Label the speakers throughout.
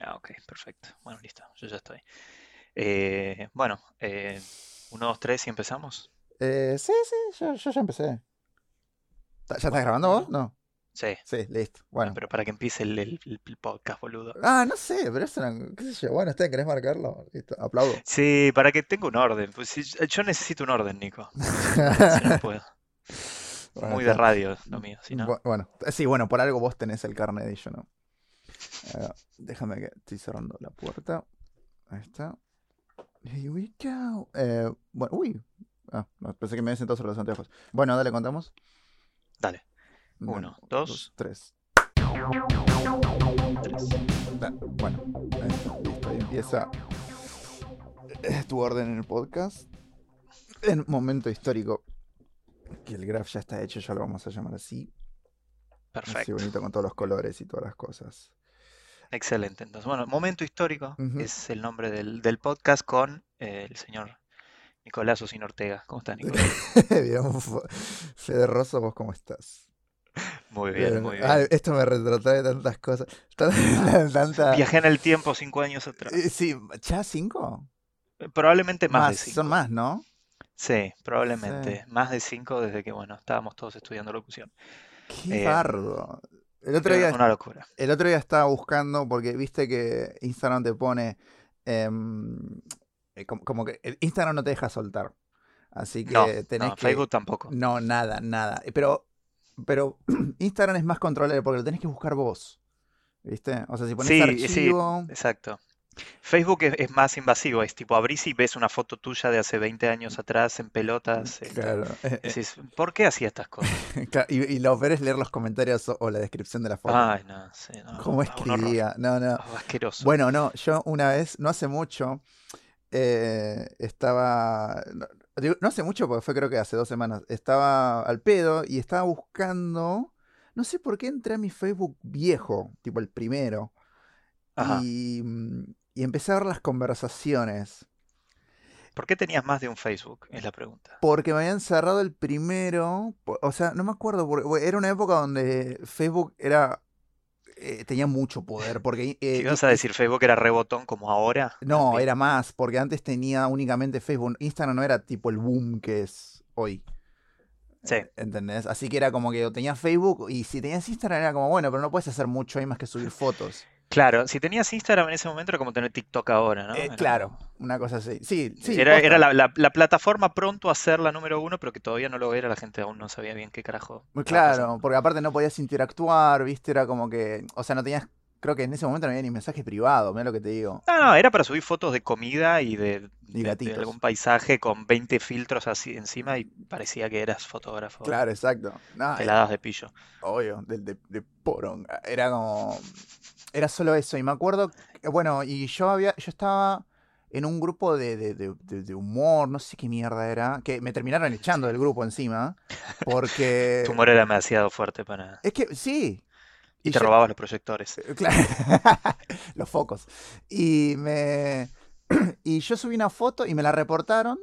Speaker 1: Ah, ok, perfecto. Bueno, listo, yo ya estoy. Eh, bueno, eh, uno, dos, tres y empezamos.
Speaker 2: Eh, sí, sí, yo, yo ya empecé. ¿Ta- ¿Ya estás grabando vos? No.
Speaker 1: Sí,
Speaker 2: Sí, listo. Bueno.
Speaker 1: pero para que empiece el, el- el- el podcast, boludo.
Speaker 2: Ah, no sé, pero eso no, qué sé yo. Bueno, está, ¿querés marcarlo? Listo, aplaudo.
Speaker 1: Sí, para que tenga un orden. Pues sí, yo yo necesito un orden, Nico. Si no puedo.
Speaker 2: Bueno,
Speaker 1: Muy de
Speaker 2: está.
Speaker 1: radio, lo mío, si no.
Speaker 2: Bu- Bueno, eh, sí, bueno, por algo vos tenés el carnet y yo no. Eh, déjame que estoy cerrando la puerta. Ahí está. Here we go. Eh, bueno, uy. Ah, no, pensé que me habías sentado sobre los anteojos. Bueno, dale, contamos.
Speaker 1: Dale, uno, dos,
Speaker 2: tres.
Speaker 1: tres.
Speaker 2: Da- Bueno, ahí está, listo, ahí empieza eh, tu orden en el podcast. En momento histórico, que el graph ya está hecho, ya lo vamos a llamar así. Así
Speaker 1: Perfecto.
Speaker 2: bonito con todos los colores y todas las cosas.
Speaker 1: Excelente. Entonces, bueno, Momento Histórico
Speaker 2: Ujú.
Speaker 1: es el nombre del, del podcast con eh, el señor Nicolás Osin Ortega. ¿Cómo estás, Nicolás?
Speaker 2: Bien, Fo- Fede Rosso, ¿vos cómo estás?
Speaker 1: Muy bien, Ah, muy
Speaker 2: Ah,
Speaker 1: bien.
Speaker 2: esto me retrotrae tantas cosas. Tanta, tanta-
Speaker 1: Viajé en el tiempo cinco años atrás.
Speaker 2: Eh, Sí, ¿ya cinco? Ah,
Speaker 1: Eh, Probablemente más de cinco.
Speaker 2: Son más, ¿no?
Speaker 1: Sí, probablemente. Más de cinco desde que, bueno, estábamos todos estudiando locución.
Speaker 2: Qué
Speaker 1: Em,
Speaker 2: bardo. El otro
Speaker 1: Eh,
Speaker 2: día
Speaker 1: Una locura.
Speaker 2: El otro día estaba buscando, porque viste que Instagram te pone. em, eh, como, como que. el Instagram no te deja soltar. Así que
Speaker 1: No,
Speaker 2: tenés
Speaker 1: no,
Speaker 2: que. Mm.
Speaker 1: Facebook tampoco.
Speaker 2: No, nada, nada. Eh, Pero, pero Instagram es más controlable porque lo tenés que buscar vos. ¿Viste? O sea, si pones
Speaker 1: Sí, sí,
Speaker 2: archivo.
Speaker 1: exacto. Facebook es, es más invasivo, es tipo abrís y ves una foto tuya de hace 20 años atrás en pelotas. en-
Speaker 2: Claro. eh, eh,
Speaker 1: Decís, ¿por qué hacía estas cosas?
Speaker 2: claro, Y, y lo peor es leer los comentarios o, o la descripción de la foto.
Speaker 1: Ay, no, sí, no, no,
Speaker 2: ¿Cómo
Speaker 1: ah, un horror,
Speaker 2: escribía? No, no.
Speaker 1: ah, asqueroso.
Speaker 2: Bueno, no, yo una vez, no hace mucho, eh, estaba. No, digo, no hace mucho, porque fue creo que hace dos semanas. Estaba al pedo y estaba buscando. No sé por qué entré a mi Facebook viejo, tipo el primero.
Speaker 1: Ajá.
Speaker 2: Y, mm, y empecé a ver las conversaciones.
Speaker 1: ¿Por qué tenías más de un Facebook? Es la pregunta.
Speaker 2: Porque me habían cerrado el primero. po- O sea, no me acuerdo. Porque, bueno, era una época donde Facebook era. eh, tenía mucho poder. Porque eh,
Speaker 1: ¿Qué ibas a
Speaker 2: i-
Speaker 1: decir? ¿Facebook era rebotón como ahora?
Speaker 2: No,
Speaker 1: También.
Speaker 2: era más, porque antes tenía únicamente Facebook. Instagram no era tipo el boom que es hoy.
Speaker 1: Sí,
Speaker 2: Eh, ¿Entendés? Así que era como que o tenías Facebook y si tenías Instagram era como, bueno, pero no puedes hacer mucho ahí más que subir fotos.
Speaker 1: claro. Si tenías Instagram en ese momento era como tener TikTok ahora, ¿no?
Speaker 2: Eh,
Speaker 1: Era
Speaker 2: claro,
Speaker 1: como-
Speaker 2: una cosa así. Sí, sí.
Speaker 1: Ah, Era, era
Speaker 2: posta.
Speaker 1: la, la- la plataforma pronto a ser la número uno, pero que todavía no lo era, la gente aún no sabía bien qué carajo
Speaker 2: Muy
Speaker 1: estaba
Speaker 2: claro,
Speaker 1: pasando.
Speaker 2: porque aparte no podías interactuar, viste, era como que, o sea, no tenías, creo que en ese momento no había ni mensaje privado, mira lo que te digo.
Speaker 1: No, no, era para subir fotos de comida y de,
Speaker 2: Y
Speaker 1: de- de
Speaker 2: gatitos.
Speaker 1: algún paisaje con 20 filtros así encima y parecía que eras fotógrafo.
Speaker 2: Claro, exacto. No,
Speaker 1: Te
Speaker 2: eh,
Speaker 1: la das de pillo.
Speaker 2: Obvio, del de, de poronga. Era como. Era solo eso. Y me acuerdo. que- Bueno, y yo había. Yo estaba en un grupo de, de- de- de- de humor, no sé qué mierda era. Que me terminaron echando del grupo encima.
Speaker 1: Tu
Speaker 2: Porque.
Speaker 1: humor era demasiado fuerte para...
Speaker 2: Es que sí.
Speaker 1: Y
Speaker 2: Y
Speaker 1: te
Speaker 2: yo-
Speaker 1: robabas los proyectores.
Speaker 2: eh, Claro. Los focos. Y me. Y yo subí una foto y me la reportaron.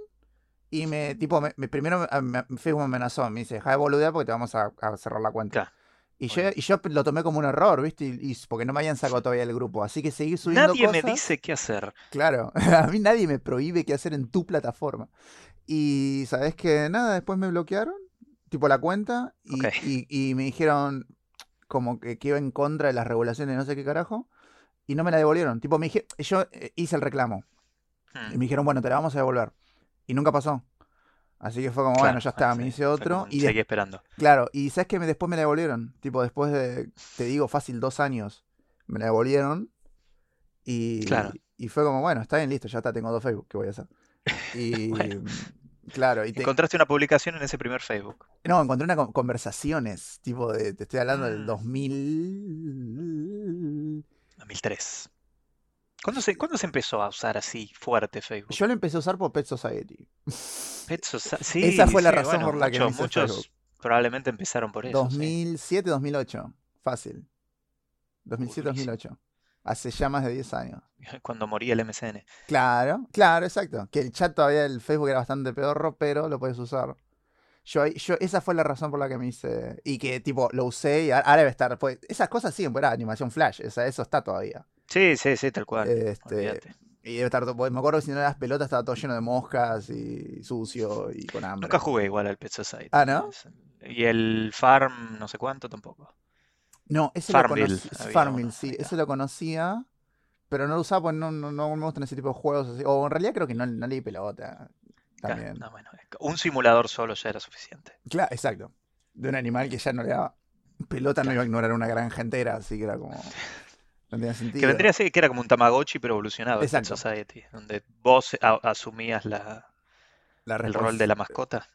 Speaker 2: Y me, tipo, me, me- primero me, me- Facebook me amenazó, me dice, deja de boludear porque te vamos a, a cerrar la cuenta.
Speaker 1: Claro,
Speaker 2: Y
Speaker 1: muy
Speaker 2: yo,
Speaker 1: bien.
Speaker 2: y yo lo tomé como un error, ¿viste? Y, y porque no me habían sacado todavía el grupo. Así que seguí subiendo
Speaker 1: Nadie me
Speaker 2: cosas.
Speaker 1: dice qué hacer.
Speaker 2: Claro, a mí nadie me prohíbe qué hacer en tu plataforma. Y sabes que nada, después me bloquearon, tipo la cuenta,
Speaker 1: Ok,
Speaker 2: y, y- y me dijeron como que, que iba en contra de las regulaciones, no sé qué carajo, y no me la devolvieron. Tipo, me dije, yo eh, hice el reclamo,
Speaker 1: Hmm,
Speaker 2: y me dijeron, bueno, te la vamos a devolver. Y nunca pasó. Así que fue como, bueno,
Speaker 1: Claro,
Speaker 2: ya
Speaker 1: bueno,
Speaker 2: está, me
Speaker 1: sí.
Speaker 2: hice
Speaker 1: Fue como
Speaker 2: otro,
Speaker 1: un
Speaker 2: y después.
Speaker 1: seguí esperando.
Speaker 2: Claro, y sabes que después me la devolvieron. Tipo, después de, te digo, fácil dos años, me la devolvieron.
Speaker 1: Claro,
Speaker 2: Y, y fue como, bueno, está bien, listo, ya está, tengo dos Facebook, ¿qué voy a hacer?
Speaker 1: bueno.
Speaker 2: Y mm, claro, y te,
Speaker 1: Encontraste una publicación en ese primer Facebook.
Speaker 2: no, encontré una con- conversaciones, tipo, de, te estoy hablando del
Speaker 1: Mm,
Speaker 2: 2000.
Speaker 1: 2003. ¿Cuándo se, cuándo se empezó a usar así fuerte Facebook?
Speaker 2: Yo lo empecé a usar por Pet Society.
Speaker 1: Pet Soci-
Speaker 2: Esa
Speaker 1: sí,
Speaker 2: fue la
Speaker 1: sí,
Speaker 2: razón
Speaker 1: bueno,
Speaker 2: por la que me
Speaker 1: muchos,
Speaker 2: hice Facebook.
Speaker 1: muchos probablemente empezaron por eso, sí.
Speaker 2: 2007, 2008, fácil.
Speaker 1: Uy,
Speaker 2: 2007,
Speaker 1: buenísimo.
Speaker 2: 2008. Hace ya más de 10 años.
Speaker 1: Cuando moría el MSN.
Speaker 2: Claro, claro, exacto. Que el chat todavía del Facebook era bastante pedorro, pero lo podías usar. Yo, ahí- yo, esa fue la razón por la que me hice. Y que tipo, lo usé y ahora, ahora debe estar. Pues, esas cosas siguen, pero era animación flash, esa, eso está todavía.
Speaker 1: Sí, sí, sí, tal cual.
Speaker 2: Este,
Speaker 1: Olvídate.
Speaker 2: y debe estar todo- pues, me acuerdo que si no eran las pelotas estaba todo lleno de moscas y sucio y con
Speaker 1: Nunca
Speaker 2: hambre.
Speaker 1: jugué igual al Pet Society.
Speaker 2: Ah, ¿no?
Speaker 1: Es- Y el Farm, no sé cuánto tampoco.
Speaker 2: No, ese lo
Speaker 1: Farmville
Speaker 2: conocí.
Speaker 1: había
Speaker 2: Farmville,
Speaker 1: uno.
Speaker 2: sí,
Speaker 1: Ahí
Speaker 2: ese
Speaker 1: está.
Speaker 2: lo conocía, pero no lo usaba porque no, no, no me gustan ese tipo de juegos así. O en realidad creo que no, no leí pelota
Speaker 1: Claro,
Speaker 2: también.
Speaker 1: no, bueno, un simulador solo ya era suficiente.
Speaker 2: Claro, exacto. De un animal que ya no le daba pelota, no iba
Speaker 1: Claro.
Speaker 2: a ignorar una granja entera, así que era como. No tenía
Speaker 1: Que
Speaker 2: sentido.
Speaker 1: vendría a ser que era como un Tamagotchi, pero evolucionado el Pet
Speaker 2: Exacto.
Speaker 1: Society, donde vos a- asumías la,
Speaker 2: La
Speaker 1: el rol de
Speaker 2: respuesta.
Speaker 1: la mascota.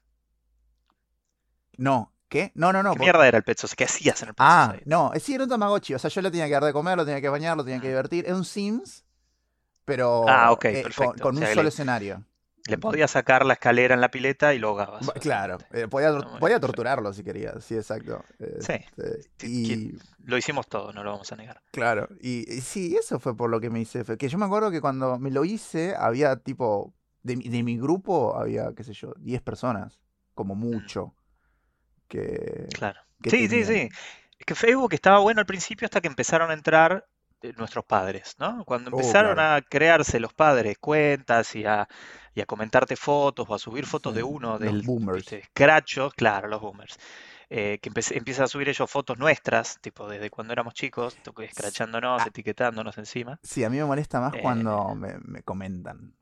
Speaker 2: No, ¿qué? No, no, no.
Speaker 1: ¿Qué
Speaker 2: por-
Speaker 1: mierda era el Pet Society? ¿Qué hacías en el Pet
Speaker 2: Ah,
Speaker 1: Society?
Speaker 2: no, es sí, era un Tamagotchi. O sea, yo lo tenía que dar de comer, lo tenía que bañar, lo tenía que
Speaker 1: Mm.
Speaker 2: divertir. Es un Sims,
Speaker 1: Ah,
Speaker 2: pero
Speaker 1: ok,
Speaker 2: eh, con,
Speaker 1: perfecto. O
Speaker 2: con un
Speaker 1: sea,
Speaker 2: solo
Speaker 1: le,
Speaker 2: escenario.
Speaker 1: le podías sacar la escalera en la pileta y lo ahogabas,
Speaker 2: Ba- Claro,
Speaker 1: básicamente.
Speaker 2: eh, podía,
Speaker 1: Está
Speaker 2: tor-
Speaker 1: muy bien,
Speaker 2: podía
Speaker 1: perfecto.
Speaker 2: torturarlo si quería, sí, exacto.
Speaker 1: Sí,
Speaker 2: Este,
Speaker 1: ti- qui-
Speaker 2: y
Speaker 1: lo hicimos todo, no lo vamos a negar.
Speaker 2: claro, y, y sí, eso fue por lo que me hice. fe- Que yo me acuerdo que cuando me lo hice, había tipo, de, mi- de mi grupo había, qué sé yo, 10 personas, como
Speaker 1: Mm.
Speaker 2: mucho, que,
Speaker 1: Claro.
Speaker 2: que
Speaker 1: Sí, sí,
Speaker 2: tenían.
Speaker 1: sí. Es que Facebook estaba bueno al principio hasta que empezaron a entrar eh, nuestros padres, ¿no? Cuando
Speaker 2: Oh,
Speaker 1: empezaron
Speaker 2: claro,
Speaker 1: a crearse los padres cuentas y a, y a comentarte fotos o a subir
Speaker 2: sí,
Speaker 1: fotos de uno,
Speaker 2: los
Speaker 1: del,
Speaker 2: boomers.
Speaker 1: viste, Cracho, claro, los boomers, eh, que empe- empiezan a subir ellos fotos nuestras, tipo desde cuando éramos chicos, to-
Speaker 2: S-
Speaker 1: escrachándonos,
Speaker 2: ah,
Speaker 1: etiquetándonos encima.
Speaker 2: sí, a mí me molesta más
Speaker 1: Eh,
Speaker 2: cuando me, me comentan.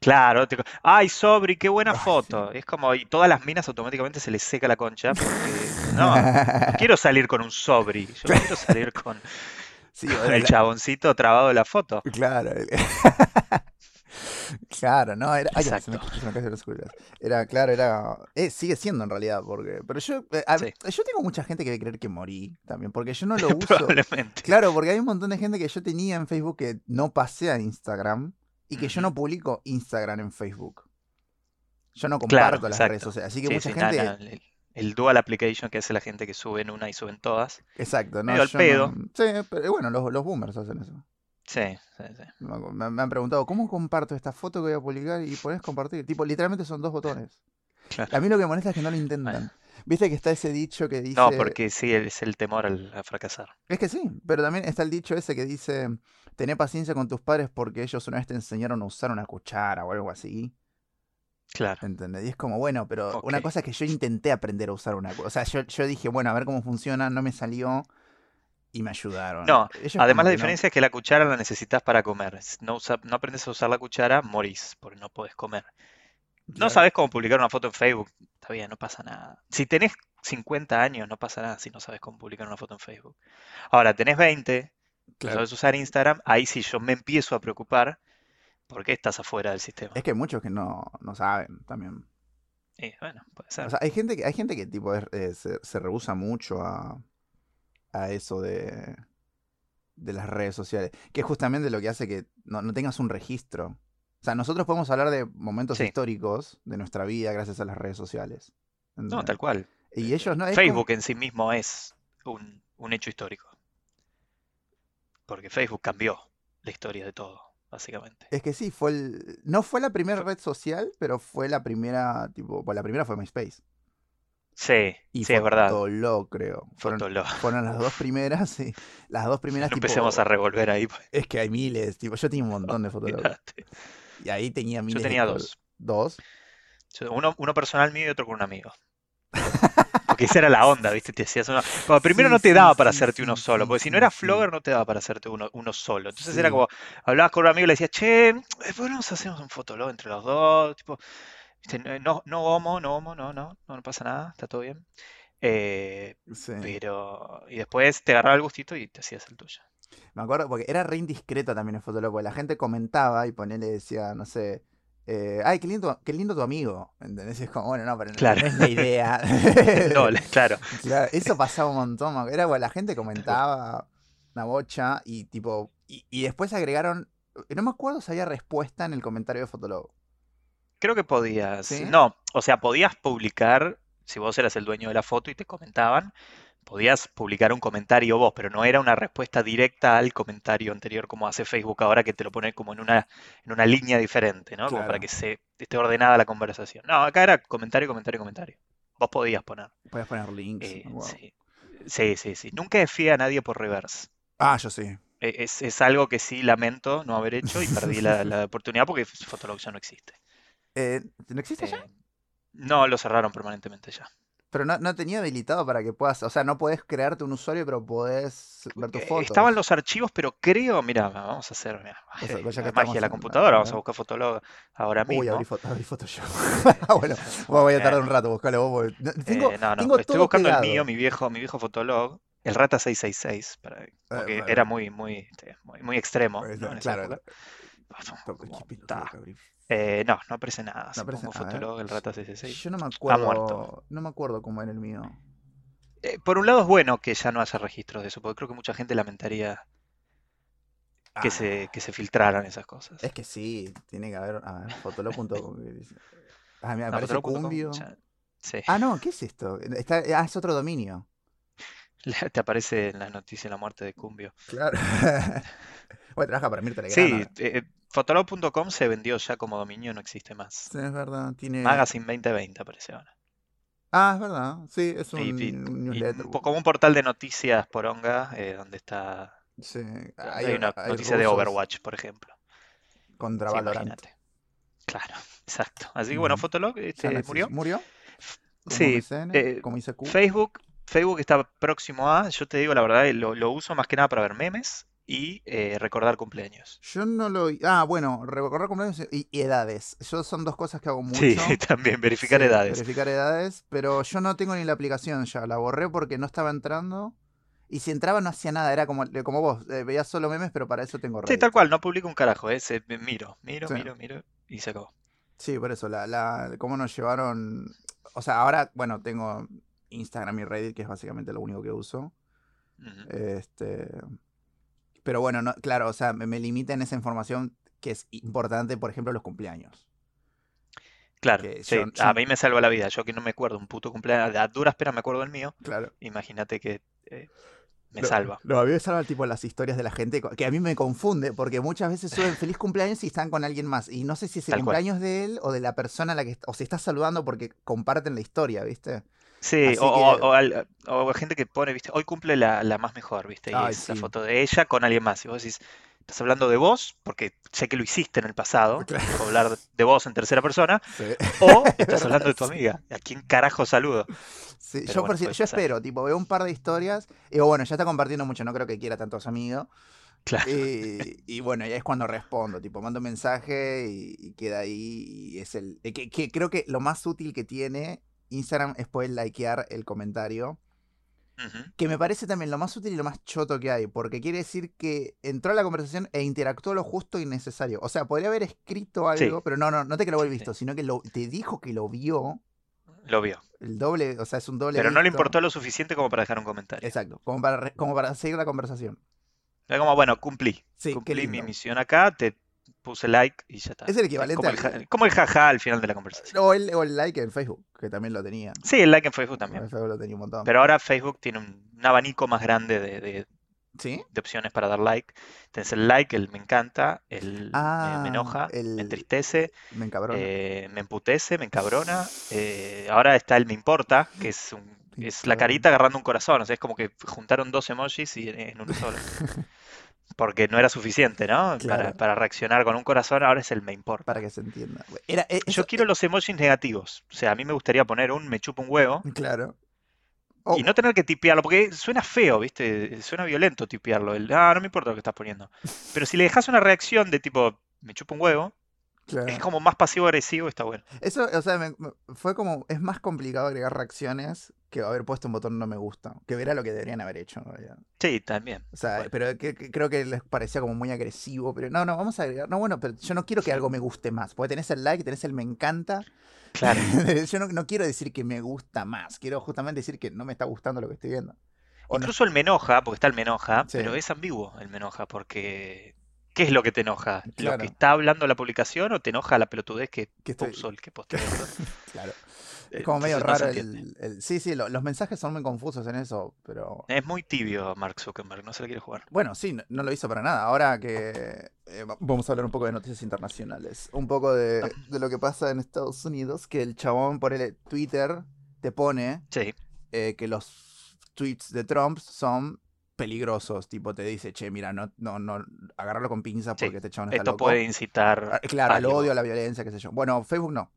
Speaker 1: Claro, te co- ay, Sobri, qué buena
Speaker 2: Ay, sí.
Speaker 1: foto. Es como, y todas las minas automáticamente se les seca la concha porque no, no quiero salir con un Sobri, yo quiero salir con,
Speaker 2: Sí, o
Speaker 1: con
Speaker 2: de
Speaker 1: el
Speaker 2: la-
Speaker 1: chaboncito trabado de la foto.
Speaker 2: Claro. el- Claro, no, era. Ay, ya, se me,
Speaker 1: Exacto,
Speaker 2: ca- se me cayeron las cubitas. Era, claro, era. eh, sigue siendo en realidad, porque. Pero yo. eh, a-
Speaker 1: sí,
Speaker 2: yo tengo mucha gente que debe creer que morí también, porque yo no lo uso.
Speaker 1: probablemente.
Speaker 2: Claro, porque hay un montón de gente que yo tenía en Facebook que no pasé a Instagram y que yo
Speaker 1: Ujú,
Speaker 2: no publico Instagram en Facebook. Yo no
Speaker 1: Claro,
Speaker 2: comparto las redes
Speaker 1: exacto.
Speaker 2: sociales. Así que
Speaker 1: Sí,
Speaker 2: mucha
Speaker 1: sí, nada, nada,
Speaker 2: gente.
Speaker 1: el, el dual application que hace la gente que sube en una y suben todas,
Speaker 2: Exacto, no,
Speaker 1: medio al
Speaker 2: yo no.
Speaker 1: pedo.
Speaker 2: Sí, pero bueno, los, los boomers hacen eso.
Speaker 1: Sí, sí, sí.
Speaker 2: Me, acu- me- me han preguntado, ¿cómo comparto esta foto que voy a publicar? Y ponés compartir. Tipo, literalmente son dos botones.
Speaker 1: Claro.
Speaker 2: A mí lo que me molesta es que no lo
Speaker 1: Bueno,
Speaker 2: intentan. Viste que está ese dicho que
Speaker 1: no,
Speaker 2: dice.
Speaker 1: porque sí, es el temor al- a fracasar.
Speaker 2: Es que sí, pero también está el dicho ese que dice: Tené paciencia con tus padres porque ellos una vez te enseñaron a usar una cuchara o algo así.
Speaker 1: Claro,
Speaker 2: ¿Entendés? Y es como, bueno, pero una
Speaker 1: ok.
Speaker 2: cosa es que yo intenté aprender a usar una cuchara. O sea, yo, yo dije, bueno, a ver cómo funciona, no me salió y me ayudaron.
Speaker 1: No,
Speaker 2: Ellos
Speaker 1: además
Speaker 2: como
Speaker 1: la
Speaker 2: que no.
Speaker 1: diferencia es que la cuchara la necesitas para comer. Si no usa- no aprendes a usar la cuchara, morís, porque no podés comer. No
Speaker 2: Claro.
Speaker 1: sabes cómo publicar una foto en Facebook, está bien, no pasa nada. Si tenés 50 años, no pasa nada si no sabes cómo publicar una foto en Facebook. Ahora, tenés 20, no
Speaker 2: Claro.
Speaker 1: sabes usar Instagram, ahí sí yo me empiezo a preocupar porque estás afuera del
Speaker 2: Es
Speaker 1: sistema.
Speaker 2: que hay muchos que no, no saben también.
Speaker 1: Y bueno, puede
Speaker 2: Eh, O
Speaker 1: ser.
Speaker 2: sea, hay gente que, hay gente que tipo es- eh, se, se rehúsa mucho a, a eso de, de las redes sociales, que es justamente lo que hace que no, no tengas un registro. O sea, nosotros podemos hablar de momentos
Speaker 1: Sí,
Speaker 2: históricos de nuestra vida gracias a las redes sociales.
Speaker 1: no,
Speaker 2: ¿entendés?
Speaker 1: tal cual.
Speaker 2: Y
Speaker 1: Eh, eh,
Speaker 2: ellos no, es como...
Speaker 1: Facebook en sí mismo es un, un hecho histórico, porque Facebook cambió la historia de todo, básicamente.
Speaker 2: Es que sí, fue el, no fue la primera
Speaker 1: Fue-
Speaker 2: red social, pero fue la primera, tipo, bueno, la primera fue MySpace
Speaker 1: Sí,
Speaker 2: y
Speaker 1: sí, es verdad.
Speaker 2: Fotolog, creo. Fueron,
Speaker 1: Fotolog.
Speaker 2: fueron las dos
Speaker 1: Uf,
Speaker 2: primeras, y las dos primeras
Speaker 1: no empecemos a
Speaker 2: tipo,
Speaker 1: revolver ahí, pues,
Speaker 2: es que hay miles, tipo, yo tenía un montón de Fotolog.
Speaker 1: olvídate.
Speaker 2: Y ahí tenía
Speaker 1: Yo
Speaker 2: miles de
Speaker 1: tenía
Speaker 2: colores.
Speaker 1: dos.
Speaker 2: Dos.
Speaker 1: Yo- Uno, uno personal mío y otro con un amigo. Porque esa era la onda, ¿viste? Te hacías uno. Bueno, primero
Speaker 2: Sí,
Speaker 1: no te
Speaker 2: sí,
Speaker 1: daba para
Speaker 2: sí,
Speaker 1: hacerte uno
Speaker 2: sí,
Speaker 1: solo,
Speaker 2: sí,
Speaker 1: porque si no
Speaker 2: sí,
Speaker 1: eras
Speaker 2: sí.
Speaker 1: flogger no te daba para hacerte uno, uno solo. Entonces era
Speaker 2: Sí.
Speaker 1: como, hablabas con un amigo y le decías, che, ¿por qué no nos hacemos un fotolog entre los dos? Tipo, ¿viste? No, no no homo, no homo, no, no, no, no pasa nada, está todo bien. Eh,
Speaker 2: Sí.
Speaker 1: pero. Y después te agarraba el gustito y te hacías el tuyo.
Speaker 2: Me acuerdo, porque era re indiscreto también el Fotolog, porque la gente comentaba y ponele, decía, no sé, eh, ay, qué lindo, qué lindo tu amigo. ¿Entendés? Y es como, bueno, no, pero no,
Speaker 1: Claro.
Speaker 2: no es la idea. Eh.
Speaker 1: No, le- claro,
Speaker 2: Claro, eso pasaba un montón. me acuerdo. Era, bueno, la gente
Speaker 1: tal cual.
Speaker 2: comentaba una bocha y tipo, y, y después agregaron, eh, no me acuerdo si había respuesta en el comentario de Fotolog.
Speaker 1: Creo que podías,
Speaker 2: ¿Sí?
Speaker 1: no, o sea, podías publicar, si vos eras el dueño de la foto y te comentaban, podías publicar un comentario vos, pero no era una respuesta directa al comentario anterior como hace Facebook ahora que te lo pone como en una, en una línea diferente, ¿no? Como para que
Speaker 2: Claro.
Speaker 1: se esté ordenada la conversación. No, acá era comentario, comentario, comentario. Vos podías poner.
Speaker 2: Podías poner links, me
Speaker 1: Eh,
Speaker 2: acuerdo.
Speaker 1: sí. Sí, sí, sí. Nunca desfía a nadie por reverse.
Speaker 2: Ah, yo sí.
Speaker 1: e- es, es algo que sí lamento no haber hecho y perdí la, la oportunidad porque Fotolog ya no existe.
Speaker 2: Eh, ¿No existe ya?
Speaker 1: Eh, no, lo cerraron permanentemente ya.
Speaker 2: Pero no, no tenía habilitado para que puedas. O sea, no podés crearte un usuario, pero podés ver tus
Speaker 1: Eh,
Speaker 2: fotos.
Speaker 1: Estaban los archivos, pero creo, mira, vamos a hacer mirá, eh,
Speaker 2: sea, ya que
Speaker 1: la
Speaker 2: estamos
Speaker 1: magia de la
Speaker 2: en-
Speaker 1: computadora, vamos a
Speaker 2: ¿no?
Speaker 1: buscar Fotolog ahora
Speaker 2: Uy,
Speaker 1: mismo.
Speaker 2: abrí, foto, abrí Photoshop. Ah, bueno, bueno, voy a tardar un rato, buscale vos. porque no- Tengo,
Speaker 1: Eh, no, no,
Speaker 2: tengo
Speaker 1: estoy
Speaker 2: todo
Speaker 1: buscando el
Speaker 2: pegado. Eh,
Speaker 1: mío, mi viejo, mi viejo Fotolog, el Rata 666, para,
Speaker 2: Eh,
Speaker 1: porque
Speaker 2: vale,
Speaker 1: era
Speaker 2: vale.
Speaker 1: muy, muy, este, muy, muy extremo,
Speaker 2: Pues,
Speaker 1: ¿no? En esa
Speaker 2: claro,
Speaker 1: época.
Speaker 2: to-
Speaker 1: Como,
Speaker 2: qué pelotudo
Speaker 1: ta.
Speaker 2: que abrí.
Speaker 1: Eh, no, no aparece nada.
Speaker 2: No
Speaker 1: Si
Speaker 2: aparece-
Speaker 1: pongo
Speaker 2: a ver.
Speaker 1: Fotolog, el Rata 666.
Speaker 2: Yo no me
Speaker 1: Está muerto.
Speaker 2: acuerdo, no me acuerdo cómo era el mío.
Speaker 1: Eh, por un lado es bueno que ya no haya registros de eso, porque creo que mucha gente lamentaría que
Speaker 2: Ah,
Speaker 1: se, que se filtraran esas cosas.
Speaker 2: es que sí, tiene que haber, a ver, fotolog.com. que dice- Ah, mira,
Speaker 1: No,
Speaker 2: aparece
Speaker 1: fotolog.com
Speaker 2: Cumbio.
Speaker 1: ya- sí.
Speaker 2: Ah, no, ¿qué es esto? Está, ah, es otro dominio.
Speaker 1: La- Te aparece en las noticias la muerte de Cumbio.
Speaker 2: Claro. Bueno, trabaja para Mirta
Speaker 1: Sí,
Speaker 2: Legrand.
Speaker 1: eh, fotolog.com se vendió ya como dominio, no existe más.
Speaker 2: Sí, es verdad, tiene...
Speaker 1: Magazine 2020 aparece ahora.
Speaker 2: Ah, es verdad, sí, es
Speaker 1: Y, y-
Speaker 2: un
Speaker 1: y
Speaker 2: newsletter.
Speaker 1: un po- como un portal de noticias poronga, eh, donde está,
Speaker 2: Sí,
Speaker 1: donde
Speaker 2: hay,
Speaker 1: hay una
Speaker 2: hay
Speaker 1: noticia de
Speaker 2: rusos
Speaker 1: Overwatch, por ejemplo.
Speaker 2: contra
Speaker 1: Sí,
Speaker 2: Valorant.
Speaker 1: imagínate. Claro, exacto. Así que bueno,
Speaker 2: Ujú.
Speaker 1: Fotolog
Speaker 2: Ya no
Speaker 1: este,
Speaker 2: existe.
Speaker 1: murió.
Speaker 2: ¿Murió? Como
Speaker 1: Sí,
Speaker 2: MSN,
Speaker 1: eh,
Speaker 2: como ICQ.
Speaker 1: Facebook, Facebook está próximo a, yo te digo la verdad, eh, lo, lo uso más que nada para ver memes y eh, recordar cumpleaños.
Speaker 2: Yo no lo. Ah, bueno, recordar cumpleaños y, y edades. Yo son dos cosas que hago
Speaker 1: Sí,
Speaker 2: mucho.
Speaker 1: también verificar
Speaker 2: Sí,
Speaker 1: edades.
Speaker 2: verificar edades, pero yo no tengo ni la aplicación ya. La borré porque no estaba entrando. Y si entraba no hacía nada, era como, como vos, eh, veía solo memes, pero para eso tengo
Speaker 1: Sí,
Speaker 2: Reddit.
Speaker 1: tal cual, no publico un carajo, eh, se- me- miro, miro,
Speaker 2: Sí.
Speaker 1: miro, miro y se acabó.
Speaker 2: Sí, por eso, la, la, cómo nos llevaron. O sea, ahora, bueno, tengo Instagram y Reddit, que es básicamente lo único que uso.
Speaker 1: Ujú.
Speaker 2: Este, pero bueno, no, claro, o sea, me, me limitan esa información que es importante, por ejemplo, los cumpleaños.
Speaker 1: Claro,
Speaker 2: Que
Speaker 1: sí,
Speaker 2: yo, yo-
Speaker 1: a mí me salva la vida, yo que no me acuerdo un puto cumpleaños, a duras penas me acuerdo del mío,
Speaker 2: claro.
Speaker 1: imagínate que eh, me
Speaker 2: Lo,
Speaker 1: salva.
Speaker 2: lo a mí me salvan, tipo las historias de la gente, co- que a mí me confunde, porque muchas veces suben feliz cumpleaños y están con alguien más. Y no sé si es el
Speaker 1: Tal cual.
Speaker 2: cumpleaños de él o de la persona a la que, est- o si está saludando porque comparten la historia, ¿viste?
Speaker 1: Sí, o,
Speaker 2: Así
Speaker 1: o-
Speaker 2: que,
Speaker 1: o al- o gente que pone, viste, hoy cumple la, la más mejor, viste, y
Speaker 2: ay,
Speaker 1: es la
Speaker 2: sí.
Speaker 1: foto de ella con alguien más. Y vos decís, estás hablando de vos, porque sé que lo hiciste en el pasado,
Speaker 2: Claro,
Speaker 1: puedo hablar de vos en tercera persona,
Speaker 2: sí.
Speaker 1: o
Speaker 2: Es
Speaker 1: estás hablando
Speaker 2: verdad,
Speaker 1: de tu
Speaker 2: sí.
Speaker 1: amiga. ¿A quién carajo saludo?
Speaker 2: Sí,
Speaker 1: Pero
Speaker 2: yo, por
Speaker 1: bueno,
Speaker 2: si-
Speaker 1: puede
Speaker 2: yo
Speaker 1: pasar.
Speaker 2: espero, tipo, veo un par de historias y digo, bueno, ya está compartiendo mucho, no creo que quiera tantos amigos.
Speaker 1: Claro.
Speaker 2: Y, y bueno, ya es cuando respondo, tipo, mando un mensaje y, y queda ahí. Y es el. eh, Que, que creo que lo más útil que tiene Instagram es poder likear el comentario.
Speaker 1: Ujú.
Speaker 2: Que me parece también lo más útil y lo más choto que hay, porque quiere decir que entró a la conversación e interactuó lo justo y necesario. O sea, podría haber escrito
Speaker 1: Sí,
Speaker 2: algo, pero no, no, no te que lo
Speaker 1: sí,
Speaker 2: haber
Speaker 1: sí.
Speaker 2: visto, sino que lo, te dijo que lo vio.
Speaker 1: Lo vio.
Speaker 2: El doble, o sea, es un doble
Speaker 1: Pero no le
Speaker 2: visto.
Speaker 1: importó lo suficiente como para dejar un comentario.
Speaker 2: Exacto, como para, re- como para seguir la conversación.
Speaker 1: Era como, bueno, cumplí.
Speaker 2: Sí, qué
Speaker 1: Cumplí mi
Speaker 2: lindo.
Speaker 1: misión acá, te puse like y ya está.
Speaker 2: Es el
Speaker 1: Es
Speaker 2: equivalente
Speaker 1: como el,
Speaker 2: al...
Speaker 1: ja- como el jaja al final de la conversación.
Speaker 2: O el, o el like en Facebook, que también lo tenía.
Speaker 1: Sí, el like en Facebook
Speaker 2: En
Speaker 1: también.
Speaker 2: Facebook lo tenía un montón.
Speaker 1: Pero ahora Facebook tiene un, un abanico más grande de, de-
Speaker 2: ¿Sí?
Speaker 1: de opciones para dar like. Tenés el like, el me encanta, el eh, me, me
Speaker 2: Ah,
Speaker 1: enoja, me
Speaker 2: el...
Speaker 1: entristece,
Speaker 2: Me encabrona.
Speaker 1: eh, me emputece, me encabrona. eh, ahora está el me importa, que es, un-
Speaker 2: Me
Speaker 1: es la
Speaker 2: encabrona.
Speaker 1: carita agarrando un corazón. O sea, es como que juntaron dos emojis y en, en uno solo. Porque no era suficiente, ¿no? Para,
Speaker 2: Claro,
Speaker 1: para reaccionar con un corazón, ahora es el me importa.
Speaker 2: para que se entienda. Era e-
Speaker 1: Yo
Speaker 2: eso...
Speaker 1: quiero
Speaker 2: eh,
Speaker 1: los emojis negativos. O sea, a mí me gustaría poner un me chupa un huevo.
Speaker 2: claro.
Speaker 1: Y no
Speaker 2: Oh,
Speaker 1: tener que tipearlo, porque suena feo, ¿viste? Suena violento tipearlo. El, ah, no me importa lo que estás poniendo. Pero si le dejas una reacción de tipo, me chupa un huevo, es
Speaker 2: claro.
Speaker 1: como más pasivo-agresivo, está bueno.
Speaker 2: Eso, o sea, me- me- fue como... Es más complicado agregar reacciones que haber puesto un botón no me gusta. Que era lo que deberían haber hecho, en realidad.
Speaker 1: Sí, también,
Speaker 2: O
Speaker 1: tal
Speaker 2: sea,
Speaker 1: cual.
Speaker 2: pero que- que- creo que les parecía como muy agresivo, pero no, no, vamos a agregar. No, bueno, pero yo no quiero que algo me guste más, porque tenés el like, tenés el me encanta.
Speaker 1: Claro.
Speaker 2: Yo no, no quiero decir que me gusta más, quiero justamente decir que no me está gustando lo que estoy viendo. O no,
Speaker 1: Incluso el me enoja, porque está el me enoja, pero
Speaker 2: sí,
Speaker 1: es ambiguo el me enoja, porque ¿qué es lo que te enoja? ¿Lo que
Speaker 2: claro,
Speaker 1: está hablando la publicación o te enoja la pelotudez que
Speaker 2: que estoy.
Speaker 1: puso el que posteó esto?
Speaker 2: Claro. Es
Speaker 1: Eh,
Speaker 2: como medio
Speaker 1: Entonces no se
Speaker 2: raro
Speaker 1: entiende.
Speaker 2: el. el- sí, sí, lo- los mensajes son muy confusos en eso, pero.
Speaker 1: Es muy tibio Mark Zuckerberg, no se le quiere jugar.
Speaker 2: Bueno, sí, no, no lo hizo para nada. Ahora que eh, va- vamos a hablar un poco de noticias internacionales, un poco
Speaker 1: Ah,
Speaker 2: de, de lo que pasa en Estados Unidos, que el chabón por el Twitter te pone
Speaker 1: Sí,
Speaker 2: eh, que los tweets de Trump son peligrosos, tipo te dice, che, mira, no, no, no, agarrarlo con pinzas porque
Speaker 1: Sí,
Speaker 2: este chabón está
Speaker 1: Esto
Speaker 2: loco.
Speaker 1: puede incitar
Speaker 2: Ah, Claro, al
Speaker 1: algo.
Speaker 2: odio, a la violencia, qué sé yo. Bueno, Facebook no.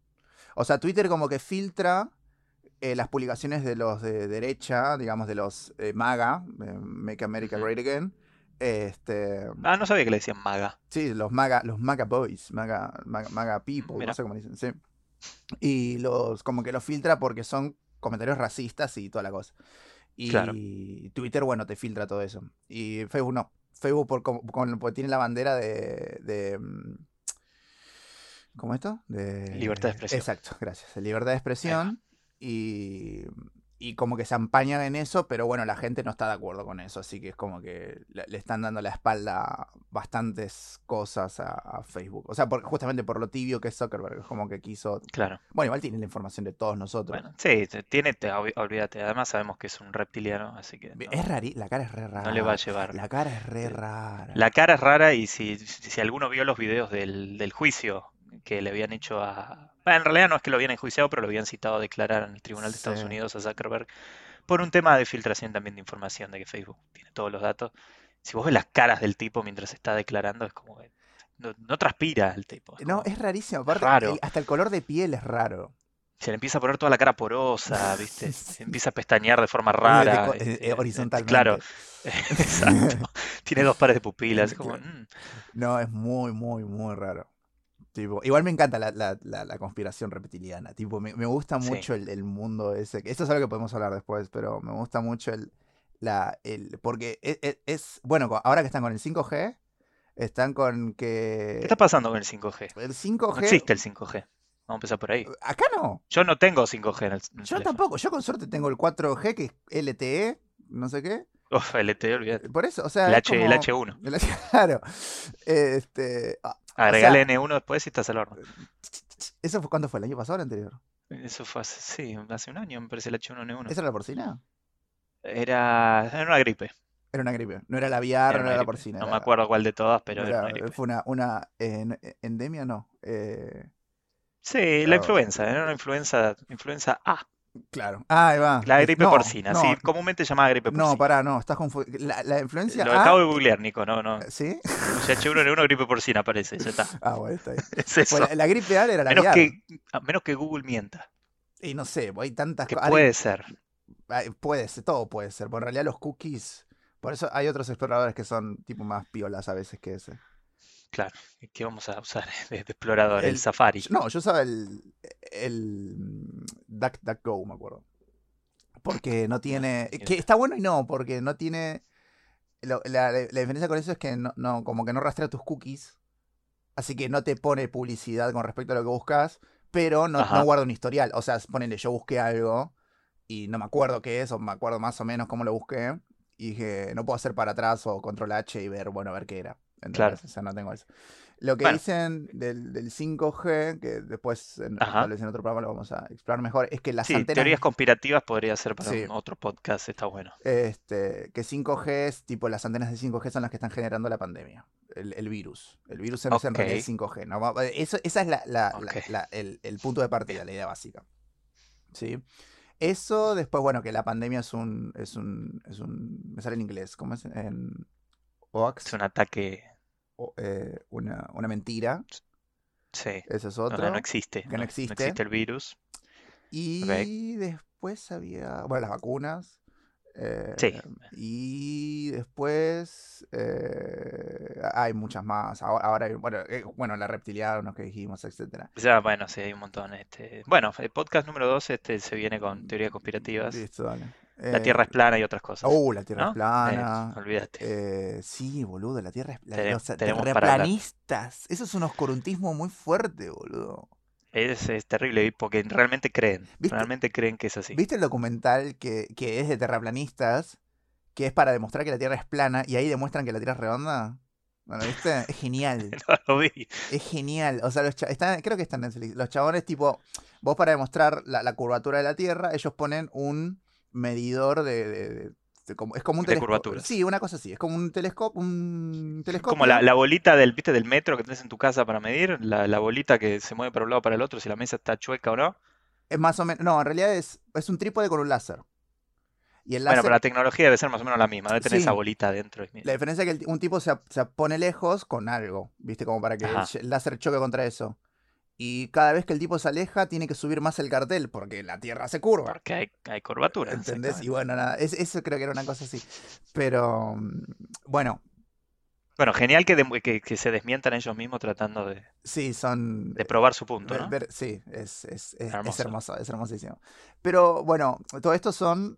Speaker 2: O sea, Twitter como que filtra eh, las publicaciones de los de derecha, digamos, de los eh, MAGA, eh, Make America
Speaker 1: Ujú.
Speaker 2: Great Again. Este,
Speaker 1: Ah, no sabía que le decían maga.
Speaker 2: sí, los MAGA, los MAGA Boys, MAGA, MAGA, MAGA People, no
Speaker 1: Mira.
Speaker 2: sé cómo dicen, sí. Y los, como que los filtra porque son comentarios racistas y toda la cosa.
Speaker 1: Claro.
Speaker 2: Y Twitter, bueno, te filtra todo eso. Y Facebook no. Facebook por, como- con- porque tiene la bandera de, de, mm, ¿Cómo esto? De...
Speaker 1: Libertad de expresión.
Speaker 2: Exacto, gracias. De libertad de
Speaker 1: Ahí
Speaker 2: expresión y, y como que se empañan en eso, pero bueno, la gente no está de acuerdo con eso, así que es como que le, le están dando la espalda a bastantes cosas a, a Facebook. O sea, por- justamente por lo tibio que es Zuckerberg, es como que quiso...
Speaker 1: Claro.
Speaker 2: Bueno, igual tiene la información de todos nosotros.
Speaker 1: Bueno, sí, te- tiene, te- obvi- olvídate. Además sabemos que es un reptiliano, así que no,
Speaker 2: Es rari, la cara es re
Speaker 1: no le va a
Speaker 2: rara.
Speaker 1: llevar.
Speaker 2: La cara es re
Speaker 1: Sí.
Speaker 2: rara.
Speaker 1: La cara es rara y si, si si alguno vio los videos del, del juicio que le habían hecho a... Bueno, en realidad no es que lo habían enjuiciado, pero lo habían citado a declarar en el Tribunal de
Speaker 2: Sí.
Speaker 1: Estados Unidos a Zuckerberg por un tema de filtración también de información, de que Facebook tiene todos los datos. Si vos ves las caras del tipo mientras está declarando, es como que no, no transpira el tipo, es
Speaker 2: No,
Speaker 1: como
Speaker 2: es rarísimo. Aparte,
Speaker 1: raro.
Speaker 2: el- hasta el color de piel es raro.
Speaker 1: Se le empieza a poner toda la cara porosa, ¿viste?
Speaker 2: Sí.
Speaker 1: Se empieza a pestañear de forma
Speaker 2: Eh, de
Speaker 1: rara.
Speaker 2: co- eh, eh,
Speaker 1: este, este,
Speaker 2: horizontalmente.
Speaker 1: claro, exacto. Tiene dos pares de pupilas, es como...
Speaker 2: Claro.
Speaker 1: "Mm,
Speaker 2: No, es muy, muy, muy raro. Tipo, igual me encanta la, la- la- la conspiración reptiliana. Tipo, me, me gusta
Speaker 1: sí.
Speaker 2: mucho el, el mundo ese. que- Esto es algo que podemos hablar después, pero me gusta mucho el. La, el porque e- e- es, Bueno, co- ahora que están con el 5G, están con
Speaker 1: ¿Qué está
Speaker 2: que.
Speaker 1: pasando con el 5G?
Speaker 2: El
Speaker 1: No
Speaker 2: 5G.
Speaker 1: existe el 5G. Vamos a empezar por ahí.
Speaker 2: Acá no.
Speaker 1: Yo no tengo 5G en el, en el
Speaker 2: Yo
Speaker 1: teléfono.
Speaker 2: tampoco. Yo con suerte tengo el 4G, que es LTE, no sé qué.
Speaker 1: Uf, LTE, olvídate.
Speaker 2: Por eso, o sea,
Speaker 1: El,
Speaker 2: es
Speaker 1: H, el
Speaker 2: como.
Speaker 1: H1.
Speaker 2: Claro. Este. ah, O
Speaker 1: Agregale
Speaker 2: sea,
Speaker 1: N1 después y estás al horno.
Speaker 2: ¿eso fue cuándo fue? ¿El año pasado o el anterior?
Speaker 1: Eso fue hace, sí, hace un año me parece el H1N1.
Speaker 2: ¿Esa era la porcina?
Speaker 1: Era, era una gripe.
Speaker 2: Era una gripe. No era la aviar,
Speaker 1: Era
Speaker 2: Ah, no
Speaker 1: una
Speaker 2: era la
Speaker 1: gripe.
Speaker 2: porcina.
Speaker 1: No me
Speaker 2: era-
Speaker 1: acuerdo cuál de todas, pero
Speaker 2: no
Speaker 1: era una
Speaker 2: era-
Speaker 1: gripe.
Speaker 2: fue una, una eh, en- eh, endemia, no. Eh,
Speaker 1: Sí, la
Speaker 2: ah,
Speaker 1: influenza. Era una influenza, influenza A.
Speaker 2: claro. Ah, ahí va.
Speaker 1: La
Speaker 2: Es-
Speaker 1: gripe
Speaker 2: no,
Speaker 1: porcina. Sí,
Speaker 2: no,
Speaker 1: comúnmente llamada gripe
Speaker 2: no,
Speaker 1: porcina.
Speaker 2: pará, no. Estás confundido. La, la influencia
Speaker 1: Lo
Speaker 2: A.
Speaker 1: acabo de googlear, Nico. No, no.
Speaker 2: ¿Sí?
Speaker 1: Puse H1N1 gripe porcina, parece. Ya está.
Speaker 2: Ah, bueno, está bien.
Speaker 1: Es eso.
Speaker 2: Bueno, la, la gripe A era la
Speaker 1: Menos
Speaker 2: aviar.
Speaker 1: que, a menos que Google mienta.
Speaker 2: Y no sé, pues, hay tantas
Speaker 1: Que
Speaker 2: cosas. Hay,
Speaker 1: puede ser.
Speaker 2: hay- puede ser, todo puede ser. Porque en realidad los cookies. Por eso hay otros exploradores que son tipo más piolas a veces que ese.
Speaker 1: Claro, ¿y ¿qué vamos a usar de, de explorador? El
Speaker 2: El-
Speaker 1: Safari.
Speaker 2: yo- no, yo usaba el, el mm, DuckDuckGo, me acuerdo. Porque no
Speaker 1: Ah, No,
Speaker 2: tiene.
Speaker 1: ni
Speaker 2: Que
Speaker 1: idea.
Speaker 2: está bueno y no, porque no tiene. lo- la, la- la diferencia con eso es que no, no, como que no rastrea tus cookies. Así que no te pone publicidad con respecto a lo que buscas. Pero no, no
Speaker 1: Ajá,
Speaker 2: guarda un historial. O sea, ponele, yo busqué algo y no me acuerdo qué es, o me acuerdo más o menos cómo lo busqué. Y dije, no puedo hacer para atrás o control H y ver, bueno, a ver qué era.
Speaker 1: claro.
Speaker 2: ¿Entendés? O sea, no tengo eso. Lo que
Speaker 1: Bueno,
Speaker 2: dicen del, del 5G, que después en- tal
Speaker 1: ajá.
Speaker 2: vez en otro programa lo vamos a explorar mejor, es que las
Speaker 1: Sí,
Speaker 2: antenas.
Speaker 1: teorías conspirativas podría ser para
Speaker 2: Sí,
Speaker 1: un otro podcast, está bueno.
Speaker 2: este, que 5G es tipo las antenas de 5G son las que están generando la pandemia, el, el virus. El virus no es en realidad el
Speaker 1: Ok,
Speaker 2: 5G. ¿no? Va- Eso, esa es la, la- la-
Speaker 1: ok,
Speaker 2: la- el, el punto de
Speaker 1: bien.
Speaker 2: partida, la idea básica. ¿sí? Eso, después, bueno, que la pandemia es un, es un, es un, me sale en inglés, ¿cómo es? En
Speaker 1: Es
Speaker 2: hoax,
Speaker 1: un ataque,
Speaker 2: o, eh, una, una mentira,
Speaker 1: sí,
Speaker 2: ese es
Speaker 1: no, no no
Speaker 2: otro,
Speaker 1: existe,
Speaker 2: que no
Speaker 1: no, no
Speaker 2: existe.
Speaker 1: existe el virus. Ok,
Speaker 2: Y después había, bueno, las vacunas.
Speaker 1: sí,
Speaker 2: eh, y después eh, hay muchas más. Ahora, ahora hay- bueno, eh, bueno, la reptiliana que dijimos, etcétera.
Speaker 1: ya bueno, sí, hay un montón. Este, bueno, el podcast número 2 este, se viene con teorías conspirativas,
Speaker 2: Listo, dale.
Speaker 1: la
Speaker 2: Eh,
Speaker 1: Tierra es plana y otras cosas,
Speaker 2: oh, la Tierra es
Speaker 1: ¿no? Eh,
Speaker 2: plana.
Speaker 1: olvídate,
Speaker 2: Eh, sí, boludo, la Tierra es la-
Speaker 1: Tere-
Speaker 2: los
Speaker 1: tenemos para hablar.
Speaker 2: terraplanistas. Eso es un oscurantismo muy fuerte, boludo.
Speaker 1: Es, es terrible porque realmente creen,
Speaker 2: ¿Viste,
Speaker 1: realmente creen que es así.
Speaker 2: ¿Viste el documental que, que es de terraplanistas? Que es para demostrar que la Tierra es plana y ahí demuestran que la Tierra es redonda. Bueno, ¿viste? Es genial.
Speaker 1: No lo vi.
Speaker 2: Es genial. O sea, los cha- están, creo que están en Netflix. Los chabones, tipo, vos para demostrar la, la curvatura de la Tierra, ellos ponen un medidor de. de- de- de como, es como un
Speaker 1: De
Speaker 2: telescopio.
Speaker 1: curvaturas.
Speaker 2: Sí, una cosa así. Es como un telescopio. Un
Speaker 1: Como la,
Speaker 2: telescopio.
Speaker 1: la bolita del, ¿viste? del metro que tenés en tu casa para medir, la, la bolita que se mueve para un lado para el otro, si la mesa está chueca o no.
Speaker 2: Es más o menos. No, en realidad es, es un trípode con un láser. Y el
Speaker 1: Bueno,
Speaker 2: láser,
Speaker 1: pero la tecnología debe ser más o menos la misma, debe tener esa
Speaker 2: Sí.
Speaker 1: bolita adentro. y-
Speaker 2: la diferencia es que el ti- un tipo se, ap- se pone lejos con algo, ¿viste? Como para que el,
Speaker 1: Ajá.
Speaker 2: ch- el láser choque contra eso. Y cada vez que el tipo se aleja, tiene que subir más el cartel, porque la Tierra se curva.
Speaker 1: Porque hay, hay curvatura.
Speaker 2: ¿Entendés?
Speaker 1: exactamente.
Speaker 2: Y bueno, nada, es- eso creo que era una cosa así. Pero, mm, bueno,
Speaker 1: Bueno, genial que, dem- que- que se desmientan ellos mismos tratando de,
Speaker 2: sí, son...
Speaker 1: de probar su punto,
Speaker 2: Ver-
Speaker 1: ¿no?
Speaker 2: ver- sí, es, es- es- es
Speaker 1: Hermoso.
Speaker 2: hermoso, es hermosísimo. Pero bueno, todo esto son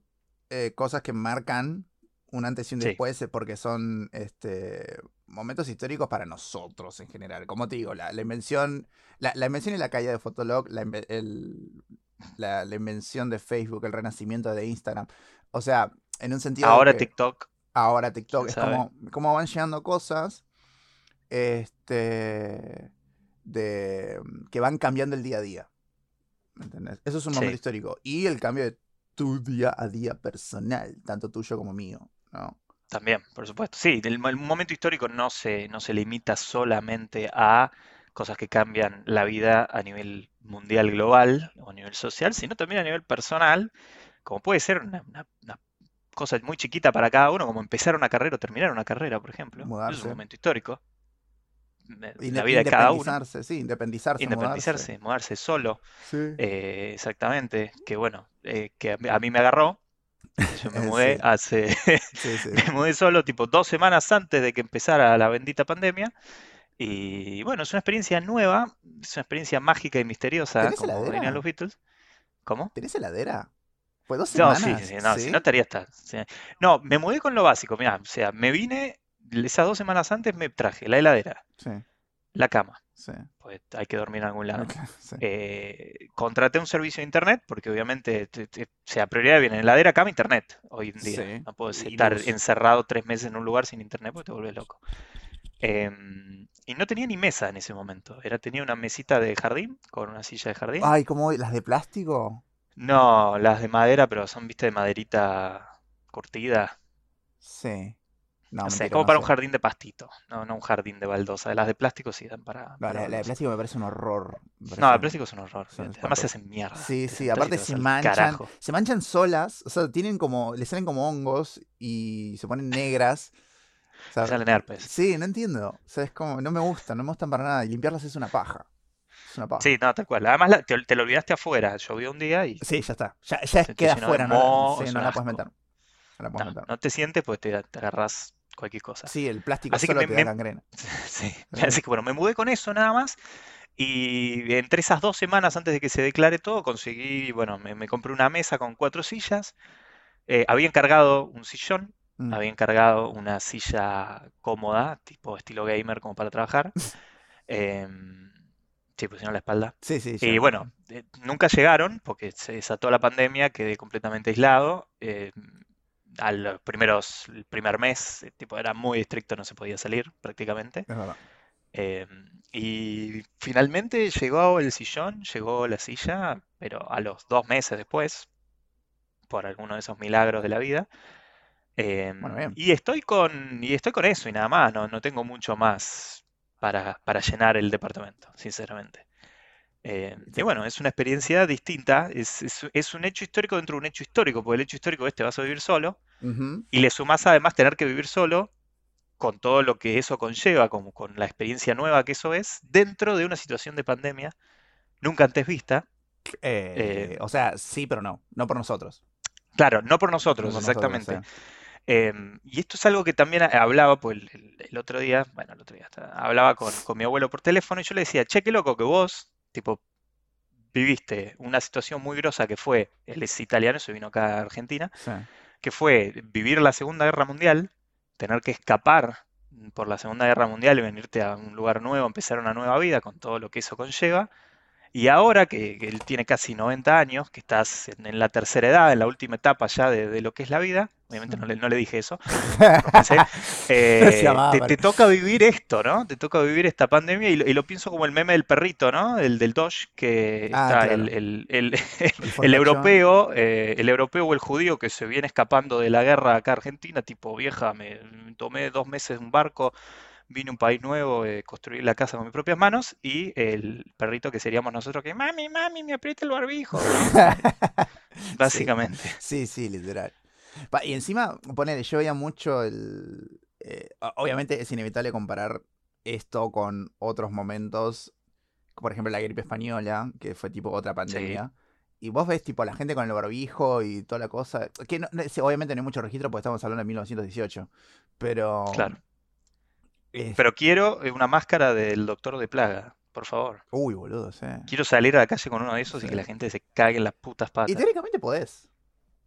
Speaker 2: eh, cosas que marcan un antes y un
Speaker 1: Sí.
Speaker 2: después, eh, porque son este, momentos históricos para nosotros en general. Como te digo, la, la invención, la, la invención y la caída de Fotolog, la, inve- el- la- la invención de Facebook, el renacimiento de Instagram. O sea, en un sentido de
Speaker 1: Ahora
Speaker 2: que-
Speaker 1: TikTok,
Speaker 2: ahora TikTok.
Speaker 1: ¿Quién
Speaker 2: Es
Speaker 1: sabe?
Speaker 2: como, como van llegando cosas este, de, que van cambiando el día a día. ¿me entendés? Eso es un momento
Speaker 1: Sí.
Speaker 2: histórico. Y el cambio de tu día a día personal, tanto tuyo como mío. ¿no?
Speaker 1: también, por supuesto. Sí, el, mo- el momento histórico no se, no se limita solamente a cosas que cambian la vida a nivel mundial global o a nivel social, sino también a nivel personal, como puede ser una, una- una cosa muy chiquita para cada uno, como empezar una carrera o terminar una carrera, por ejemplo. Eso es
Speaker 2: Mudarse.
Speaker 1: un momento histórico. Me-
Speaker 2: Inde-
Speaker 1: La vida de cada uno.
Speaker 2: independizarse, sí, independizarse, mudarse.
Speaker 1: Independizarse, mudarse solo.
Speaker 2: Sí.
Speaker 1: Eh, exactamente, que bueno, eh, que a mí, a mí me agarró. Yo me
Speaker 2: Eh,
Speaker 1: mudé
Speaker 2: sí,
Speaker 1: hace,
Speaker 2: sí, sí.
Speaker 1: me mudé solo tipo dos semanas antes de que empezara la bendita pandemia. Y bueno, es una experiencia nueva, es una experiencia mágica y misteriosa,
Speaker 2: ¿Tenés
Speaker 1: como dirían
Speaker 2: heladera?
Speaker 1: los Beatles. ¿Cómo?
Speaker 2: ¿Tenés heladera? ¿Fue dos
Speaker 1: No, sí,
Speaker 2: semanas?
Speaker 1: sí, no, si no
Speaker 2: ¿Sí?
Speaker 1: estaría hasta. sí. No, me mudé con lo básico, mirá, o sea, me vine, esas dos semanas antes me traje la heladera,
Speaker 2: Sí,
Speaker 1: la cama,
Speaker 2: sí.
Speaker 1: pues hay que dormir en algún lado.
Speaker 2: claro, sí.
Speaker 1: eh, contraté un servicio de internet porque obviamente te- te- o sea prioridad viene heladera, cama, internet hoy en día.
Speaker 2: Sí.
Speaker 1: No puedes
Speaker 2: Y
Speaker 1: estar
Speaker 2: luz.
Speaker 1: encerrado tres meses en un lugar sin internet porque te vuelves loco. Em, y no tenía ni mesa en ese momento. Era, tenía una mesita de jardín con una silla de jardín.
Speaker 2: Ay, ¿cómo las de plástico?
Speaker 1: No, las de madera, pero son, viste, de maderita curtida.
Speaker 2: Sí. No,
Speaker 1: O sea, es
Speaker 2: Ah, mentira,
Speaker 1: como
Speaker 2: no
Speaker 1: para un
Speaker 2: sé.
Speaker 1: jardín de pastito, no, no un jardín de baldosa. Las de plástico sí dan para,
Speaker 2: No,
Speaker 1: para
Speaker 2: la, la de
Speaker 1: baldosa.
Speaker 2: plástico me parece un horror.
Speaker 1: No,
Speaker 2: me parece
Speaker 1: el
Speaker 2: un-
Speaker 1: plástico es un horror.
Speaker 2: son
Speaker 1: olvídate. Además se
Speaker 2: espantosos.
Speaker 1: hacen mierda.
Speaker 2: Sí,
Speaker 1: El
Speaker 2: sí, aparte
Speaker 1: plástico es
Speaker 2: se
Speaker 1: al
Speaker 2: manchan,
Speaker 1: carajo.
Speaker 2: se manchan solas, o sea, tienen como, le salen como hongos y se ponen negras. o sea,
Speaker 1: Me salen herpes.
Speaker 2: sí, no entiendo. O sea, es como, no me gustan, no me gustan para nada. Y limpiarlas es una paja. Es una paja.
Speaker 1: Sí, no, tal cual. Además, la- te, te lo olvidaste afuera. Llovió un día y
Speaker 2: Sí, ya está. Ya, ya
Speaker 1: te, te
Speaker 2: queda
Speaker 1: llenó de
Speaker 2: afuera, no la,
Speaker 1: moho,
Speaker 2: sí,
Speaker 1: es
Speaker 2: no
Speaker 1: un
Speaker 2: la puedes
Speaker 1: asco.
Speaker 2: meter. No la puedes
Speaker 1: No,
Speaker 2: meter.
Speaker 1: no te sientes pues te, te agarrás cualquier cosa.
Speaker 2: Sí, el plástico
Speaker 1: Así que
Speaker 2: solo
Speaker 1: me,
Speaker 2: te da
Speaker 1: me-
Speaker 2: gangrena.
Speaker 1: sí.
Speaker 2: Eh,
Speaker 1: Así que bueno, me mudé con eso nada más. Y entre esas dos semanas antes de que se declare todo, conseguí, bueno, me, me compré una mesa con cuatro sillas. Eh, había encargado un sillón,
Speaker 2: mm.
Speaker 1: había encargado una silla cómoda, tipo estilo gamer, como para trabajar. Em, sí, pusieron la espalda.
Speaker 2: Sí, sí,
Speaker 1: Y
Speaker 2: ya.
Speaker 1: bueno, eh, nunca llegaron porque se desató la pandemia, quedé completamente aislado. eh, a los primeros, el primer mes, eh, tipo, era muy estricto, no se podía salir prácticamente.
Speaker 2: Es verdad.
Speaker 1: eh, y finalmente llegó el sillón, llegó la silla, pero a los dos meses después, por alguno de esos milagros de la vida.
Speaker 2: Bueno,
Speaker 1: em,
Speaker 2: bien.
Speaker 1: y estoy con, y estoy con eso y nada más, no, no tengo mucho más para, para llenar el departamento, sinceramente. Eh, y
Speaker 2: Te-
Speaker 1: bueno, es una experiencia distinta, es, es- es un hecho histórico dentro de un hecho histórico, porque el hecho histórico es te vas a vivir solo
Speaker 2: Ujú.
Speaker 1: y le sumás además tener que vivir solo con todo lo que eso conlleva, como con la experiencia nueva que eso es, dentro de una situación de pandemia nunca antes vista. Eh,
Speaker 2: Eh, o sea, sí, pero no. No por nosotros.
Speaker 1: claro, no por
Speaker 2: No
Speaker 1: nosotros,
Speaker 2: por nosotros, sí.
Speaker 1: exactamente. Em, y esto es algo que también a- hablaba pues, el, el- el otro día, bueno, el otro día hasta- hablaba con, con mi abuelo por teléfono y yo le decía, che, qué loco que vos, tipo, viviste una situación muy grosa que fue, él es italiano, se vino acá a Argentina,
Speaker 2: Sí.
Speaker 1: que fue vivir la Segunda Guerra Mundial, tener que escapar por la Segunda Guerra Mundial y venirte a un lugar nuevo, empezar una nueva vida con todo lo que eso conlleva. Y ahora que, que él tiene casi 90 años, que estás en, en la tercera edad, en la última etapa ya de, de lo que es la vida,
Speaker 2: Sí.
Speaker 1: obviamente no le, no le dije eso, pensé,
Speaker 2: Pero se
Speaker 1: eh,
Speaker 2: llamaba,
Speaker 1: te,
Speaker 2: pero-
Speaker 1: te toca vivir esto, ¿no? Te toca vivir esta pandemia y lo, y lo pienso como el meme del perrito, ¿no? El del Doge, que
Speaker 2: Ah,
Speaker 1: está el,
Speaker 2: claro.
Speaker 1: el- el-
Speaker 2: El
Speaker 1: el
Speaker 2: fortachón.
Speaker 1: europeo, eh, el europeo o el judío que se viene escapando de la guerra acá a Argentina, tipo, vieja, me me tomé dos meses un barco, vine a un país nuevo, eh, construí la casa con mis propias manos, y el perrito que seríamos nosotros que, mami, mami, me aprieta el barbijo, ¿no? Eh,
Speaker 2: Sí.
Speaker 1: Básicamente.
Speaker 2: Sí, sí, literal. Pa- Y encima, ponele, yo veía mucho el... eh, o- obviamente es inevitable comparar esto con otros momentos, por ejemplo la gripe española, que fue tipo otra pandemia. Y vos ves tipo la gente con el barbijo y toda la cosa, que no- no- sí, obviamente no hay mucho registro porque estamos hablando de 1918, pero...
Speaker 1: Claro.
Speaker 2: es-
Speaker 1: Pero quiero eh, una máscara del doctor de plaga, por favor.
Speaker 2: Uy, boludo, sí.
Speaker 1: Quiero salir a la calle con uno de esos y
Speaker 2: Sí.
Speaker 1: que la gente se cague en las putas patas.
Speaker 2: Y teóricamente podés.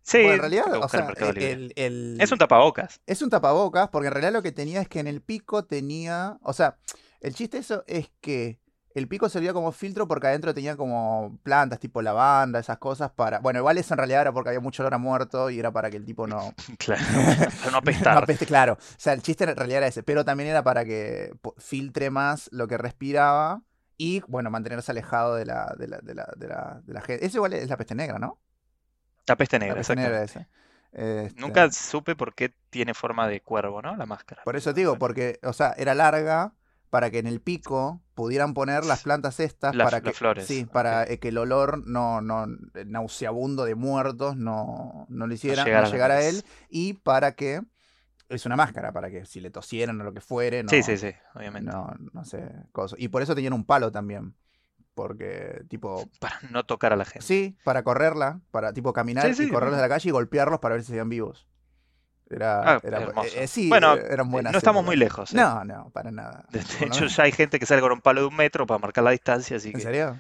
Speaker 1: Sí,
Speaker 2: Porque en
Speaker 1: tengo
Speaker 2: realidad,
Speaker 1: que
Speaker 2: o
Speaker 1: buscar en
Speaker 2: sea,
Speaker 1: Mercado Libre.
Speaker 2: el- el-
Speaker 1: Es un tapabocas.
Speaker 2: Es un tapabocas, porque en realidad lo que tenía es que en el pico tenía. O sea, el chiste de eso es que el pico servía como filtro porque adentro tenía como plantas tipo lavanda, esas cosas para. Bueno, igual eso en realidad era porque había mucho olor a muerto y era para que el tipo no.
Speaker 1: Claro, para no
Speaker 2: no
Speaker 1: apestar.
Speaker 2: apeste, claro. O sea, el chiste en realidad era ese, pero también era para que po- filtre más lo que respiraba y, bueno, mantenerse alejado de la, de la, de la, de la, de la gente. Eso igual es la peste negra, ¿no?
Speaker 1: La peste
Speaker 2: La
Speaker 1: negra,
Speaker 2: peste negra
Speaker 1: exactamente.
Speaker 2: esa. Este-
Speaker 1: Nunca supe por qué tiene forma de cuervo, ¿no? La máscara.
Speaker 2: Por eso
Speaker 1: pero
Speaker 2: te digo,
Speaker 1: bueno.
Speaker 2: porque, o sea, era larga para que en el pico pudieran poner las plantas estas
Speaker 1: Las-
Speaker 2: para
Speaker 1: las
Speaker 2: que,
Speaker 1: flores,
Speaker 2: sí,
Speaker 1: ok.
Speaker 2: para eh, que el olor no, no, eh, nauseabundo de muertos no, no le hiciera, no
Speaker 1: llegara a la
Speaker 2: llegara a
Speaker 1: nariz.
Speaker 2: él y para que es una máscara para que si le tosieran o lo que fuere, no,
Speaker 1: Sí, sí, sí, obviamente.
Speaker 2: no, no sé, cosa. Y por eso tenían un palo también, porque tipo,
Speaker 1: Para no tocar a la gente.
Speaker 2: sí, para correrla, para tipo caminar
Speaker 1: Sí, sí,
Speaker 2: y correrlos
Speaker 1: bueno.
Speaker 2: de la calle y golpearlos para ver si seguían vivos. Era,
Speaker 1: Ah,
Speaker 2: era
Speaker 1: hermoso.
Speaker 2: eh, eh, sí,
Speaker 1: Bueno,
Speaker 2: eh, eran
Speaker 1: eh,
Speaker 2: buenas
Speaker 1: no estamos
Speaker 2: épocas.
Speaker 1: muy lejos, ¿eh?
Speaker 2: No, no, para nada.
Speaker 1: De
Speaker 2: Por lo
Speaker 1: hecho,
Speaker 2: menos-
Speaker 1: ya hay gente que sale con un palo de un metro para marcar la distancia, así
Speaker 2: ¿En
Speaker 1: que
Speaker 2: serio?